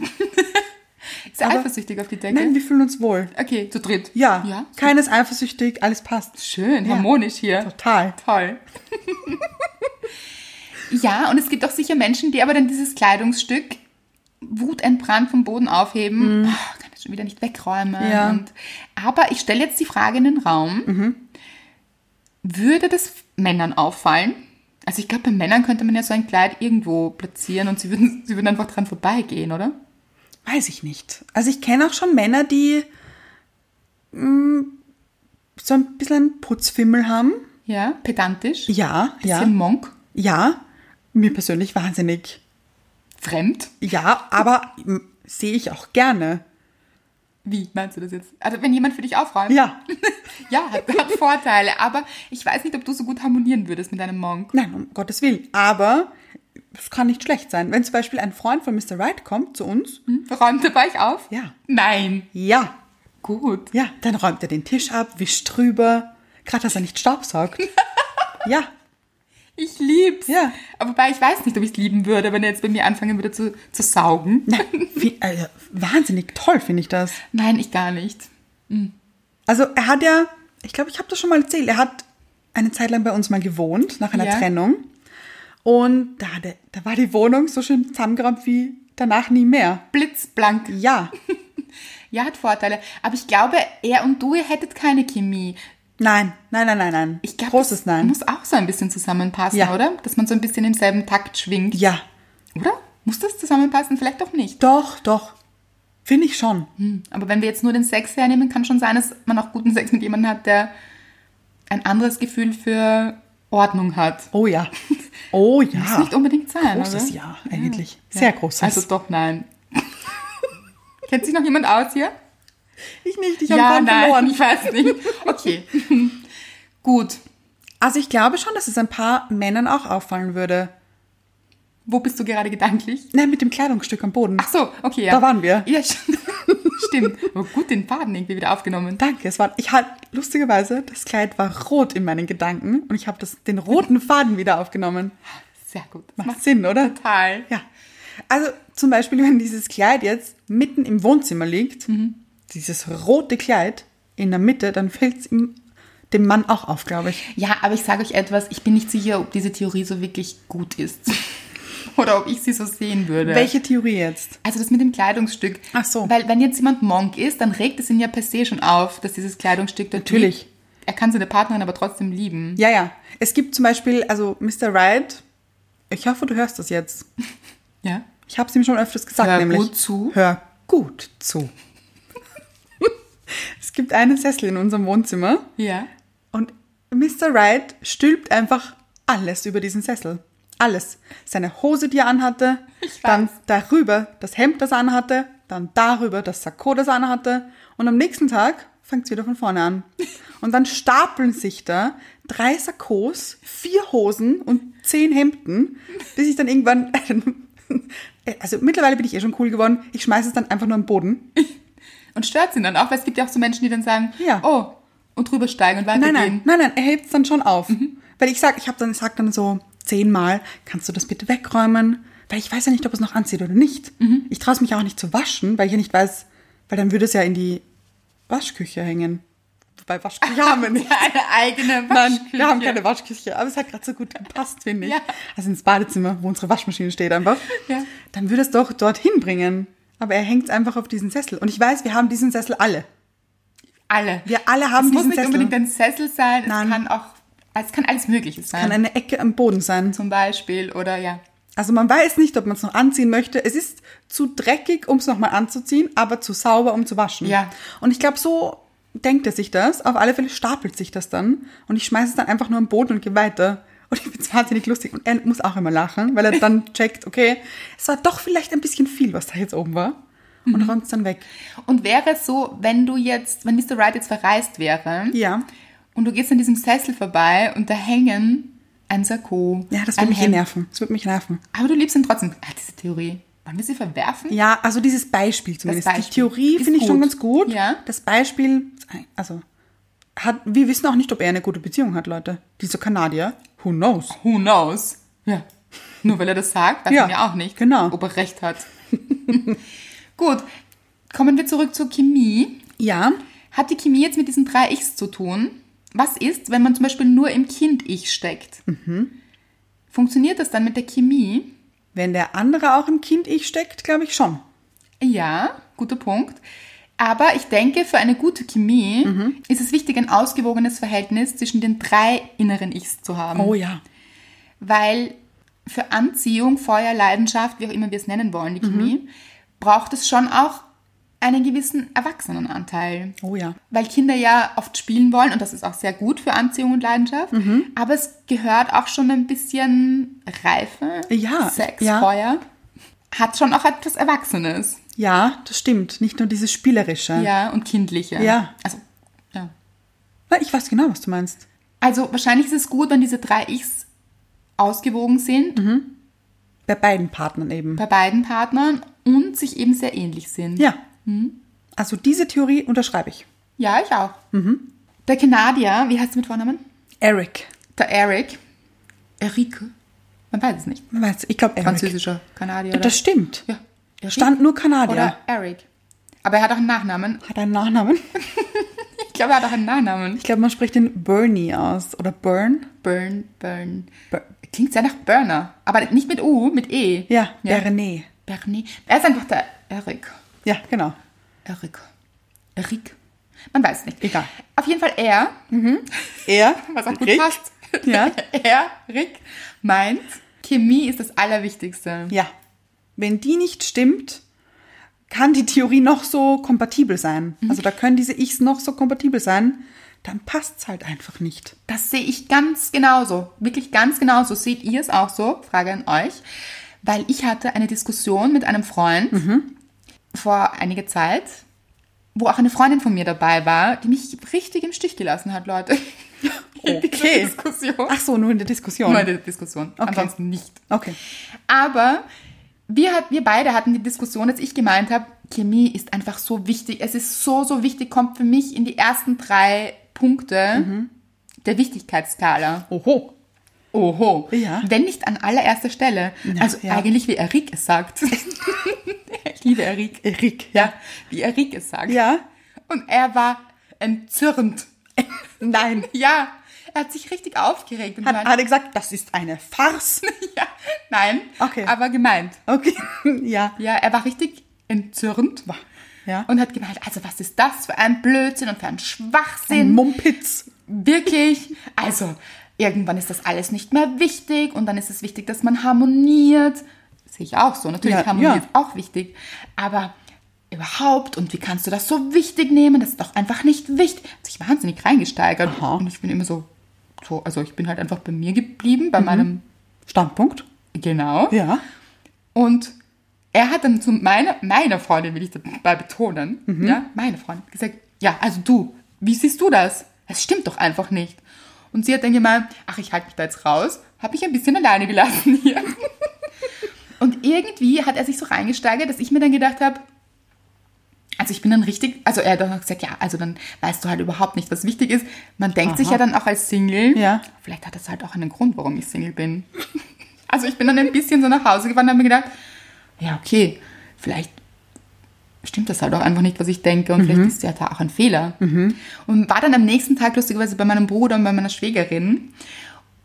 Speaker 1: Ist er
Speaker 2: aber-
Speaker 1: eifersüchtig auf die Decke?
Speaker 2: Nein, wir fühlen uns wohl.
Speaker 1: Okay, zu dritt.
Speaker 2: Ja,
Speaker 1: Ja.
Speaker 2: keines eifersüchtig, alles passt.
Speaker 1: Schön, harmonisch hier.
Speaker 2: Total.
Speaker 1: Toll. ja, und es gibt auch sicher Menschen, die aber dann dieses Kleidungsstück wutentbrannt vom Boden aufheben. Ah, kann das schon wieder nicht wegräumen.
Speaker 2: Mhm. Ja. Mhm.
Speaker 1: Und, aber ich stelle jetzt die Frage in den Raum. Würde das Männern auffallen? Also ich glaube, bei Männern könnte man ja so ein Kleid irgendwo platzieren und sie würden, sie würden einfach dran vorbeigehen, oder?
Speaker 2: Weiß ich nicht. Also ich kenne auch schon Männer, die mm, so ein bisschen einen Putzfimmel haben.
Speaker 1: Ja, pedantisch.
Speaker 2: Ja,
Speaker 1: Bisschen
Speaker 2: ja,
Speaker 1: Monk.
Speaker 2: ja. Mir persönlich wahnsinnig.
Speaker 1: Fremd.
Speaker 2: Ja, aber mm, sehe ich auch gerne.
Speaker 1: Wie meinst du das jetzt? Also wenn jemand für dich aufräumt?
Speaker 2: Ja,
Speaker 1: Ja, hat, hat Vorteile, aber ich weiß nicht, ob du so gut harmonieren würdest mit einem Monk.
Speaker 2: nein, um Gottes Willen. Aber es kann nicht schlecht sein. Wenn zum Beispiel ein Freund von Mr. Wright kommt zu uns,
Speaker 1: Hm? Räumt er bei euch auf?
Speaker 2: Ja.
Speaker 1: Nein.
Speaker 2: ja,
Speaker 1: Gut.
Speaker 2: Ja, dann räumt er den Tisch ab, wischt drüber. Gerade, dass er nicht staubsaugt. ja,
Speaker 1: Ich lieb's.
Speaker 2: Ja.
Speaker 1: Aber wobei ich weiß nicht, ob ich es lieben würde, wenn er jetzt bei mir anfangen würde zu, zu saugen.
Speaker 2: nein, wie, also, wahnsinnig toll finde ich das.
Speaker 1: Nein, ich gar nicht.
Speaker 2: Also er hat ja, ich glaube, ich habe das schon mal erzählt, er hat eine Zeit lang bei uns mal gewohnt, nach einer
Speaker 1: Ja.
Speaker 2: Trennung. Und da, hat er- da war die Wohnung so schön zusammengeräumt wie danach nie mehr.
Speaker 1: Blitzblank.
Speaker 2: Ja,
Speaker 1: Ja, hat Vorteile. Aber ich glaube, er und du, ihr hättet keine Chemie.
Speaker 2: nein, nein, nein, nein, nein.
Speaker 1: Ich glaube,
Speaker 2: Großes
Speaker 1: das
Speaker 2: Nein.
Speaker 1: muss auch so ein bisschen zusammenpassen,
Speaker 2: Ja.
Speaker 1: oder? Dass man so ein bisschen im selben Takt schwingt.
Speaker 2: ja,
Speaker 1: Oder? Muss das zusammenpassen? Vielleicht auch nicht.
Speaker 2: doch, doch. Finde ich schon.
Speaker 1: Hm, Aber wenn wir jetzt nur den Sex hernehmen, kann schon sein, dass man auch guten Sex mit jemandem hat, der ein anderes Gefühl für Ordnung hat.
Speaker 2: Oh ja. Oh ja.
Speaker 1: Muss nicht unbedingt sein.
Speaker 2: Großes
Speaker 1: oder?
Speaker 2: Ja, eigentlich. Sehr großes.
Speaker 1: Also doch, nein. Kennt sich noch jemand aus hier?
Speaker 2: Ich nicht, ich habe
Speaker 1: nein,
Speaker 2: verloren.
Speaker 1: ich weiß nicht. Okay. Gut.
Speaker 2: Also ich glaube schon, dass es ein paar Männern auch auffallen würde.
Speaker 1: Wo bist du gerade gedanklich?
Speaker 2: Nein, mit dem Kleidungsstück am Boden.
Speaker 1: Ach so, okay, ja.
Speaker 2: Da waren wir.
Speaker 1: Ja, st- stimmt. Aber gut den Faden irgendwie wieder aufgenommen.
Speaker 2: Danke, es war, ich hatte, lustigerweise, das Kleid war rot in meinen Gedanken und ich habe das- den roten Faden wieder aufgenommen.
Speaker 1: Sehr gut. Das
Speaker 2: Macht Sinn, oder?
Speaker 1: total.
Speaker 2: Ja. Also zum Beispiel, wenn dieses Kleid jetzt mitten im Wohnzimmer liegt, dieses rote Kleid in der Mitte, dann fällt es dem Mann auch auf, glaube ich.
Speaker 1: Ja, aber ich sage euch etwas, ich bin nicht sicher, ob diese Theorie so wirklich gut ist. oder ob ich sie so sehen würde.
Speaker 2: Welche Theorie jetzt?
Speaker 1: Also das mit dem Kleidungsstück.
Speaker 2: Ach so.
Speaker 1: Weil wenn jetzt jemand Monk ist, dann regt es ihn ja per se schon auf, dass dieses Kleidungsstück dort
Speaker 2: Natürlich.
Speaker 1: liegt. Er kann seine Partnerin aber trotzdem lieben.
Speaker 2: Ja, ja. Es gibt zum Beispiel, also Mr. Right, ich hoffe, du hörst das jetzt.
Speaker 1: Ja.
Speaker 2: Ich habe es ihm schon öfters gesagt,
Speaker 1: Hör
Speaker 2: nämlich.
Speaker 1: gut zu.
Speaker 2: Hör gut zu. es gibt einen Sessel in unserem Wohnzimmer
Speaker 1: Ja.
Speaker 2: und Mr. Right stülpt einfach alles über diesen Sessel. Alles. Seine Hose, die er anhatte,
Speaker 1: Ich
Speaker 2: dann
Speaker 1: weiß.
Speaker 2: darüber das Hemd, das er anhatte, dann darüber das Sakko, das er anhatte und am nächsten Tag fängt es wieder von vorne an. Und dann stapeln sich da drei Sakkos, vier Hosen und zehn Hemden, bis ich dann irgendwann... Also mittlerweile bin ich eh schon cool geworden. Ich schmeiße es dann einfach nur am Boden.
Speaker 1: Und stört ihn dann auch, weil es gibt ja auch so Menschen, die dann sagen,
Speaker 2: Ja.
Speaker 1: oh, und drüber steigen und
Speaker 2: Nein,
Speaker 1: weitergehen.
Speaker 2: nein, nein, nein, er hebt es dann schon auf.
Speaker 1: Mhm.
Speaker 2: Weil ich sag, ich habe dann, sag dann so zehnmal, kannst du das bitte wegräumen? Weil ich weiß ja nicht, ob es noch anzieht oder nicht.
Speaker 1: Mhm.
Speaker 2: Ich traue es mich auch nicht zu waschen, weil ich ja nicht weiß, weil dann würde es ja in die Waschküche hängen. Wobei Waschküche haben wir nicht.
Speaker 1: Eine eigene
Speaker 2: Nein,
Speaker 1: Waschküche.
Speaker 2: wir haben keine Waschküche, aber es hat gerade so gut gepasst, finde ich.
Speaker 1: Ja.
Speaker 2: Also ins Badezimmer, wo unsere Waschmaschine steht einfach.
Speaker 1: Ja.
Speaker 2: Dann würde es doch dorthin bringen. Aber er hängt es einfach auf diesen Sessel. Und ich weiß, wir haben diesen Sessel alle.
Speaker 1: Alle.
Speaker 2: Wir alle haben
Speaker 1: es muss
Speaker 2: diesen
Speaker 1: nicht
Speaker 2: Sessel.
Speaker 1: unbedingt ein Sessel sein.
Speaker 2: Nein.
Speaker 1: Es kann auch, es kann alles Mögliche sein.
Speaker 2: Kann eine Ecke am Boden sein.
Speaker 1: zum Beispiel oder ja.
Speaker 2: Also man weiß nicht, ob man es noch anziehen möchte. Es ist zu dreckig, um es nochmal anzuziehen, aber zu sauber, um zu waschen.
Speaker 1: Ja.
Speaker 2: Und ich glaube, so denkt er sich das. Auf alle Fälle stapelt sich das dann. Und ich schmeiße es dann einfach nur am Boden und gehe weiter. Und ich finde es wahnsinnig lustig. Und er muss auch immer lachen, weil er dann checkt, okay, es war doch vielleicht ein bisschen viel, was da jetzt oben war. Und
Speaker 1: Mhm.
Speaker 2: räumt es dann weg.
Speaker 1: Und wäre es so, wenn du jetzt, wenn Mr. Wright jetzt verreist wäre
Speaker 2: Ja.
Speaker 1: und du gehst an diesem Sessel vorbei und da hängen ein Sakko.
Speaker 2: Ja, das
Speaker 1: ein
Speaker 2: würde mich eh
Speaker 1: Hemd.
Speaker 2: nerven. Das würde mich nerven.
Speaker 1: Aber du liebst ihn trotzdem. Ah, diese Theorie. Wollen wir sie verwerfen?
Speaker 2: Ja, also dieses Beispiel zumindest. Die
Speaker 1: Beispiel
Speaker 2: Theorie
Speaker 1: ist
Speaker 2: finde ich schon
Speaker 1: gut.
Speaker 2: ganz gut.
Speaker 1: Ja.
Speaker 2: Das Beispiel, also, hat, wir wissen auch nicht, ob er eine gute Beziehung hat, Leute. Dieser Kanadier, who knows?
Speaker 1: Who knows? Ja. Nur weil er das sagt, weiß
Speaker 2: Ja,
Speaker 1: man ja auch nicht,
Speaker 2: genau.
Speaker 1: ob er recht hat. Gut, kommen wir zurück zur Chemie.
Speaker 2: Ja,
Speaker 1: Hat die Chemie jetzt mit diesen drei Ichs zu tun? Was ist, wenn man zum Beispiel nur im Kind-Ich steckt?
Speaker 2: Mhm.
Speaker 1: Funktioniert das dann mit der Chemie?
Speaker 2: wenn der andere auch im Kind-Ich steckt, glaube ich schon.
Speaker 1: Mhm. Ja, guter Punkt. Aber ich denke, für eine gute Chemie
Speaker 2: Mhm.
Speaker 1: ist es wichtig, ein ausgewogenes Verhältnis zwischen den drei inneren Ichs zu haben.
Speaker 2: Oh ja.
Speaker 1: Weil für Anziehung, Feuer, Leidenschaft, wie auch immer wir es nennen wollen,
Speaker 2: Mhm.
Speaker 1: die Chemie, braucht es schon auch einen gewissen Erwachsenenanteil.
Speaker 2: Oh ja.
Speaker 1: Weil Kinder ja oft spielen wollen und das ist auch sehr gut für Anziehung und Leidenschaft.
Speaker 2: Mhm.
Speaker 1: Aber es gehört auch schon ein bisschen Reife,
Speaker 2: Ja,
Speaker 1: Sex,
Speaker 2: ja.
Speaker 1: Feuer. Hat schon auch etwas Erwachsenes.
Speaker 2: Ja, das stimmt. Nicht nur dieses Spielerische.
Speaker 1: Ja, und Kindliche.
Speaker 2: Ja.
Speaker 1: Also, ja.
Speaker 2: Na, ich weiß genau, was du meinst.
Speaker 1: also wahrscheinlich ist es gut, wenn diese drei Ichs ausgewogen sind,
Speaker 2: Bei beiden Partnern eben.
Speaker 1: bei beiden Partnern und sich eben sehr ähnlich sind.
Speaker 2: ja.
Speaker 1: Mhm.
Speaker 2: Also diese Theorie unterschreibe ich.
Speaker 1: Ja, ich auch. Der Kanadier, wie heißt er mit Vornamen?
Speaker 2: Eric.
Speaker 1: Der Eric. Erike? Man weiß es nicht.
Speaker 2: Man weiß, ich glaube Eric.
Speaker 1: Französischer Kanadier. Oder?
Speaker 2: Das stimmt.
Speaker 1: ja. Eric
Speaker 2: Stand nur Kanadier.
Speaker 1: Oder Eric. Aber er hat auch einen Nachnamen.
Speaker 2: Hat einen Nachnamen?
Speaker 1: Ich glaube, er hat auch einen Nachnamen.
Speaker 2: Ich glaube, man spricht den Bernie aus. Oder Burn.
Speaker 1: Burn, Burn.
Speaker 2: Bur-
Speaker 1: Klingt sehr nach Burner. Aber nicht mit U, mit E.
Speaker 2: Ja,
Speaker 1: ja.
Speaker 2: der René.
Speaker 1: Bernie. Er ist einfach der Eric.
Speaker 2: Ja, genau.
Speaker 1: Eric. Eric. Man weiß es nicht.
Speaker 2: Egal.
Speaker 1: Auf jeden Fall er,
Speaker 2: Er,
Speaker 1: was auch gut
Speaker 2: Rick.
Speaker 1: passt.
Speaker 2: Ja.
Speaker 1: er, Rick, meint, Chemie ist das Allerwichtigste.
Speaker 2: Ja. Wenn die nicht stimmt, kann die Theorie noch so kompatibel sein.
Speaker 1: Mhm.
Speaker 2: Also da können diese Ichs noch so kompatibel sein, dann passt's halt einfach nicht.
Speaker 1: Das sehe ich ganz genauso. Wirklich ganz genauso. Seht ihr es auch so? Frage an euch. Weil ich hatte eine Diskussion mit einem Freund vor einiger Zeit, wo auch eine Freundin von mir dabei war, die mich richtig im Stich gelassen hat, Leute. In dieser
Speaker 2: Okay.
Speaker 1: Diskussion.
Speaker 2: Ach so, nur in der Diskussion.
Speaker 1: Nur in der Diskussion.
Speaker 2: Okay.
Speaker 1: Ansonsten nicht.
Speaker 2: Okay.
Speaker 1: Aber wir, hat, wir beide hatten die Diskussion, dass ich gemeint habe, Chemie ist einfach so wichtig. Es ist so, so wichtig, kommt für mich in die ersten drei Punkte
Speaker 2: Mhm.
Speaker 1: der Wichtigkeitsskala.
Speaker 2: Oho.
Speaker 1: Oho.
Speaker 2: Ja.
Speaker 1: Wenn nicht an allererster Stelle. also
Speaker 2: ja.
Speaker 1: eigentlich wie Eric es sagt. ich liebe Eric.
Speaker 2: Rick.
Speaker 1: Ja, wie Eric es sagt.
Speaker 2: Ja?
Speaker 1: Und er war entzürnt.
Speaker 2: Nein.
Speaker 1: Ja, Er hat sich richtig aufgeregt und
Speaker 2: Hat,
Speaker 1: gemeint,
Speaker 2: hat er gesagt, das ist eine Farce.
Speaker 1: ja, nein,
Speaker 2: Okay.
Speaker 1: aber gemeint.
Speaker 2: Okay, ja.
Speaker 1: Ja, er war richtig entzürnt
Speaker 2: Ja.
Speaker 1: und hat gemeint, also was ist das für ein Blödsinn und für ein Schwachsinn?
Speaker 2: Mumpitz.
Speaker 1: Wirklich? Also, irgendwann ist das alles nicht mehr wichtig und dann ist es wichtig, dass man harmoniert. Sehe ich auch so. Natürlich
Speaker 2: Ja,
Speaker 1: harmoniert
Speaker 2: ja.
Speaker 1: ist auch wichtig. Aber überhaupt und wie kannst du das so wichtig nehmen? Das ist doch einfach nicht wichtig. Hat sich wahnsinnig reingesteigert.
Speaker 2: Aha.
Speaker 1: Und ich bin immer so, so, also ich bin halt einfach bei mir geblieben,
Speaker 2: Mhm.
Speaker 1: bei meinem,
Speaker 2: Standpunkt.
Speaker 1: genau.
Speaker 2: Ja.
Speaker 1: Und er hat dann zu meiner, meiner Freundin, will ich dabei betonen, ja, meine Freundin, gesagt, ja, also du, wie siehst du das? Das stimmt doch einfach nicht. Und sie hat dann gemeint, ach, ich halte mich da jetzt raus, habe mich ein bisschen alleine gelassen hier. Und irgendwie hat er sich so reingesteigert, dass ich mir dann gedacht habe, also ich bin dann richtig, also er hat dann auch gesagt, ja, also dann weißt du halt überhaupt nicht, was wichtig ist. Man denkt sich ja dann auch als Single,
Speaker 2: Ja.
Speaker 1: vielleicht hat das halt auch einen Grund, warum ich Single bin. Also ich bin dann ein bisschen so nach Hause gefahren und habe mir gedacht, ja, okay, vielleicht stimmt das halt auch einfach nicht, was ich denke und vielleicht ist ja da auch ein Fehler. Und war dann am nächsten Tag lustigerweise bei meinem Bruder und bei meiner Schwägerin,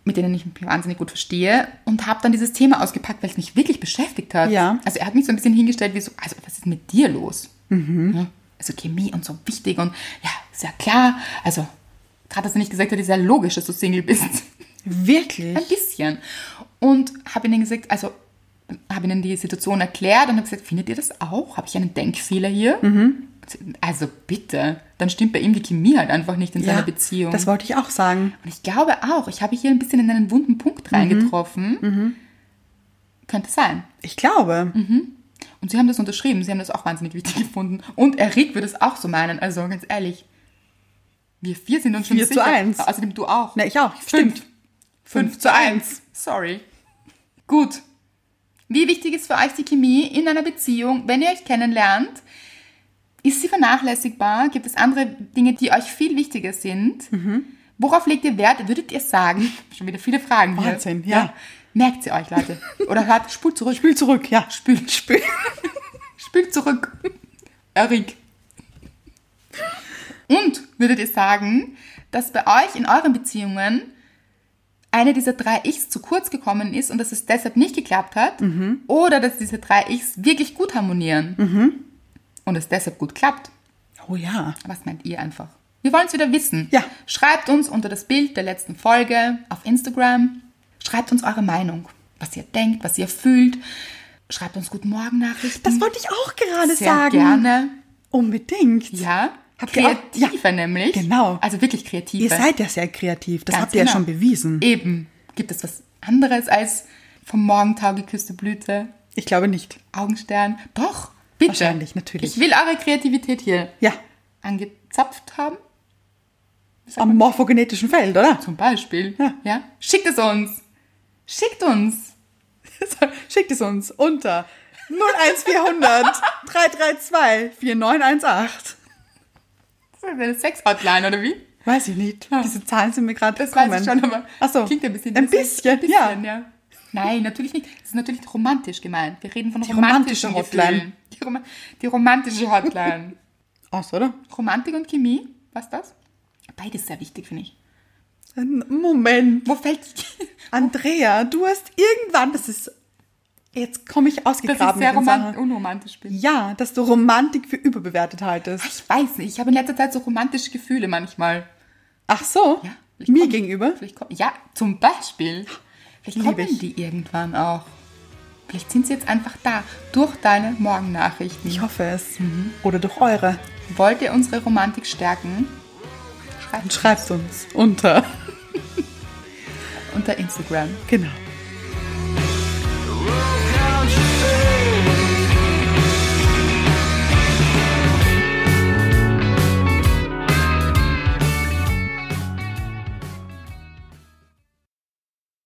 Speaker 1: mit denen ich mich wahnsinnig gut verstehe und habe dann dieses Thema ausgepackt, weil es mich wirklich beschäftigt hat.
Speaker 2: Ja.
Speaker 1: Also er hat mich so ein bisschen hingestellt wie so, also was ist mit dir los? Ja, Also Chemie und so wichtig und ja, ist ja klar. Also gerade, dass er nicht gesagt hat, ist ja logisch, dass du Single bist. Ein
Speaker 2: Wirklich?
Speaker 1: bisschen. Und habe ihnen gesagt, also habe ihnen die Situation erklärt und habe gesagt, findet ihr das auch? Habe ich einen Denkfehler hier?
Speaker 2: Mhm.
Speaker 1: Also bitte, dann stimmt bei ihm die Chemie halt einfach nicht in seiner Beziehung.
Speaker 2: Das wollte ich auch sagen.
Speaker 1: und ich glaube auch, ich habe hier ein bisschen in einen wunden Punkt
Speaker 2: Mhm.
Speaker 1: reingetroffen. Könnte sein.
Speaker 2: Ich glaube.
Speaker 1: Und sie haben das unterschrieben, sie haben das auch wahnsinnig wichtig gefunden. Und Erik würde es auch so meinen, also ganz ehrlich. Wir vier sind uns schon
Speaker 2: Vier zu
Speaker 1: sicher.
Speaker 2: eins.
Speaker 1: Außerdem du auch.
Speaker 2: Na, ich auch.
Speaker 1: Fünf.
Speaker 2: Stimmt.
Speaker 1: 5 zu 1. Sorry. Gut. Wie wichtig ist für euch die Chemie in einer Beziehung, wenn ihr euch kennenlernt? Ist sie vernachlässigbar? Gibt es andere Dinge, die euch viel wichtiger sind?
Speaker 2: Mhm.
Speaker 1: Worauf legt ihr Wert? Würdet ihr sagen? Schon wieder viele Fragen hier.
Speaker 2: Wahnsinn, ja.
Speaker 1: Merkt sie euch, Leute. Oder hört, spult zurück.
Speaker 2: Spül zurück, ja.
Speaker 1: Spült, spült. Spült zurück. Erik. Und würdet ihr sagen, dass bei euch in euren Beziehungen eine dieser drei Ichs zu kurz gekommen ist und dass es deshalb nicht geklappt hat?
Speaker 2: Mhm.
Speaker 1: Oder dass diese drei Ichs wirklich gut harmonieren und es deshalb gut klappt?
Speaker 2: Oh ja.
Speaker 1: Was meint ihr einfach? Wir wollen es wieder wissen.
Speaker 2: Ja.
Speaker 1: Schreibt uns unter das Bild der letzten Folge auf Instagram. Schreibt uns eure Meinung, was ihr denkt, was ihr fühlt. Schreibt uns Guten Morgen Nachrichten.
Speaker 2: Das wollte ich auch gerade
Speaker 1: sehr
Speaker 2: sagen.
Speaker 1: gerne.
Speaker 2: Unbedingt.
Speaker 1: Ja.
Speaker 2: Habt ihr auch-
Speaker 1: kreativer nämlich.
Speaker 2: Genau.
Speaker 1: Also wirklich kreativer.
Speaker 2: Ihr seid ja sehr kreativ. Das
Speaker 1: Ganz
Speaker 2: habt ihr
Speaker 1: genau.
Speaker 2: ja schon bewiesen.
Speaker 1: Eben. Gibt es was anderes als vom Morgentau geküsste Blüte,
Speaker 2: Ich glaube nicht.
Speaker 1: Augenstern? Doch. Bitte.
Speaker 2: Wahrscheinlich, natürlich.
Speaker 1: Ich will eure Kreativität hier
Speaker 2: Ja.
Speaker 1: angezapft haben.
Speaker 2: Am morphogenetischen Feld, oder?
Speaker 1: Zum Beispiel.
Speaker 2: Ja.
Speaker 1: Schickt es uns. Schickt uns.
Speaker 2: So, Schickt es uns unter 01400 332 4918.
Speaker 1: Das ist eine Sex-Hotline, oder wie?
Speaker 2: Weiß ich nicht. Diese Zahlen sind mir gerade
Speaker 1: Das
Speaker 2: gekommen.
Speaker 1: weiß ich schon, aber
Speaker 2: Ach so.
Speaker 1: klingt ein bisschen.
Speaker 2: Ein
Speaker 1: deswegen-
Speaker 2: bisschen, ja.
Speaker 1: Nein, natürlich nicht. Das ist natürlich romantisch gemeint. Wir reden von die
Speaker 2: romantische
Speaker 1: romantischen
Speaker 2: Hotline.
Speaker 1: Gefühlen. Die, Roma die romantische Hotline.
Speaker 2: Aus, oder?
Speaker 1: Romantik und Chemie, was das? Beides sehr wichtig, finde ich.
Speaker 2: Ein Moment.
Speaker 1: Wo fällt
Speaker 2: Andrea, du hast irgendwann, das ist, jetzt komme ich
Speaker 1: das
Speaker 2: ausgegraben
Speaker 1: ist sehr
Speaker 2: mit den
Speaker 1: romant
Speaker 2: Sachen.
Speaker 1: unromantisch bin?
Speaker 2: Ja, dass du Romantik für überbewertet haltest.
Speaker 1: Ich weiß nicht. Ich habe in letzter Zeit so romantische Gefühle manchmal.
Speaker 2: Ach so,
Speaker 1: Ja, vielleicht
Speaker 2: mir
Speaker 1: kommt-
Speaker 2: gegenüber.
Speaker 1: Vielleicht kommt, ja, zum Beispiel. Vielleicht
Speaker 2: Liebe
Speaker 1: kommen
Speaker 2: ich.
Speaker 1: die irgendwann auch. Vielleicht sind sie jetzt einfach da durch deine Morgennachrichten.
Speaker 2: Ich hoffe es. Oder durch eure.
Speaker 1: Wollt ihr unsere Romantik stärken?
Speaker 2: Dann
Speaker 1: Schreibt
Speaker 2: schreibt uns unter.
Speaker 1: unter Instagram.
Speaker 2: Genau.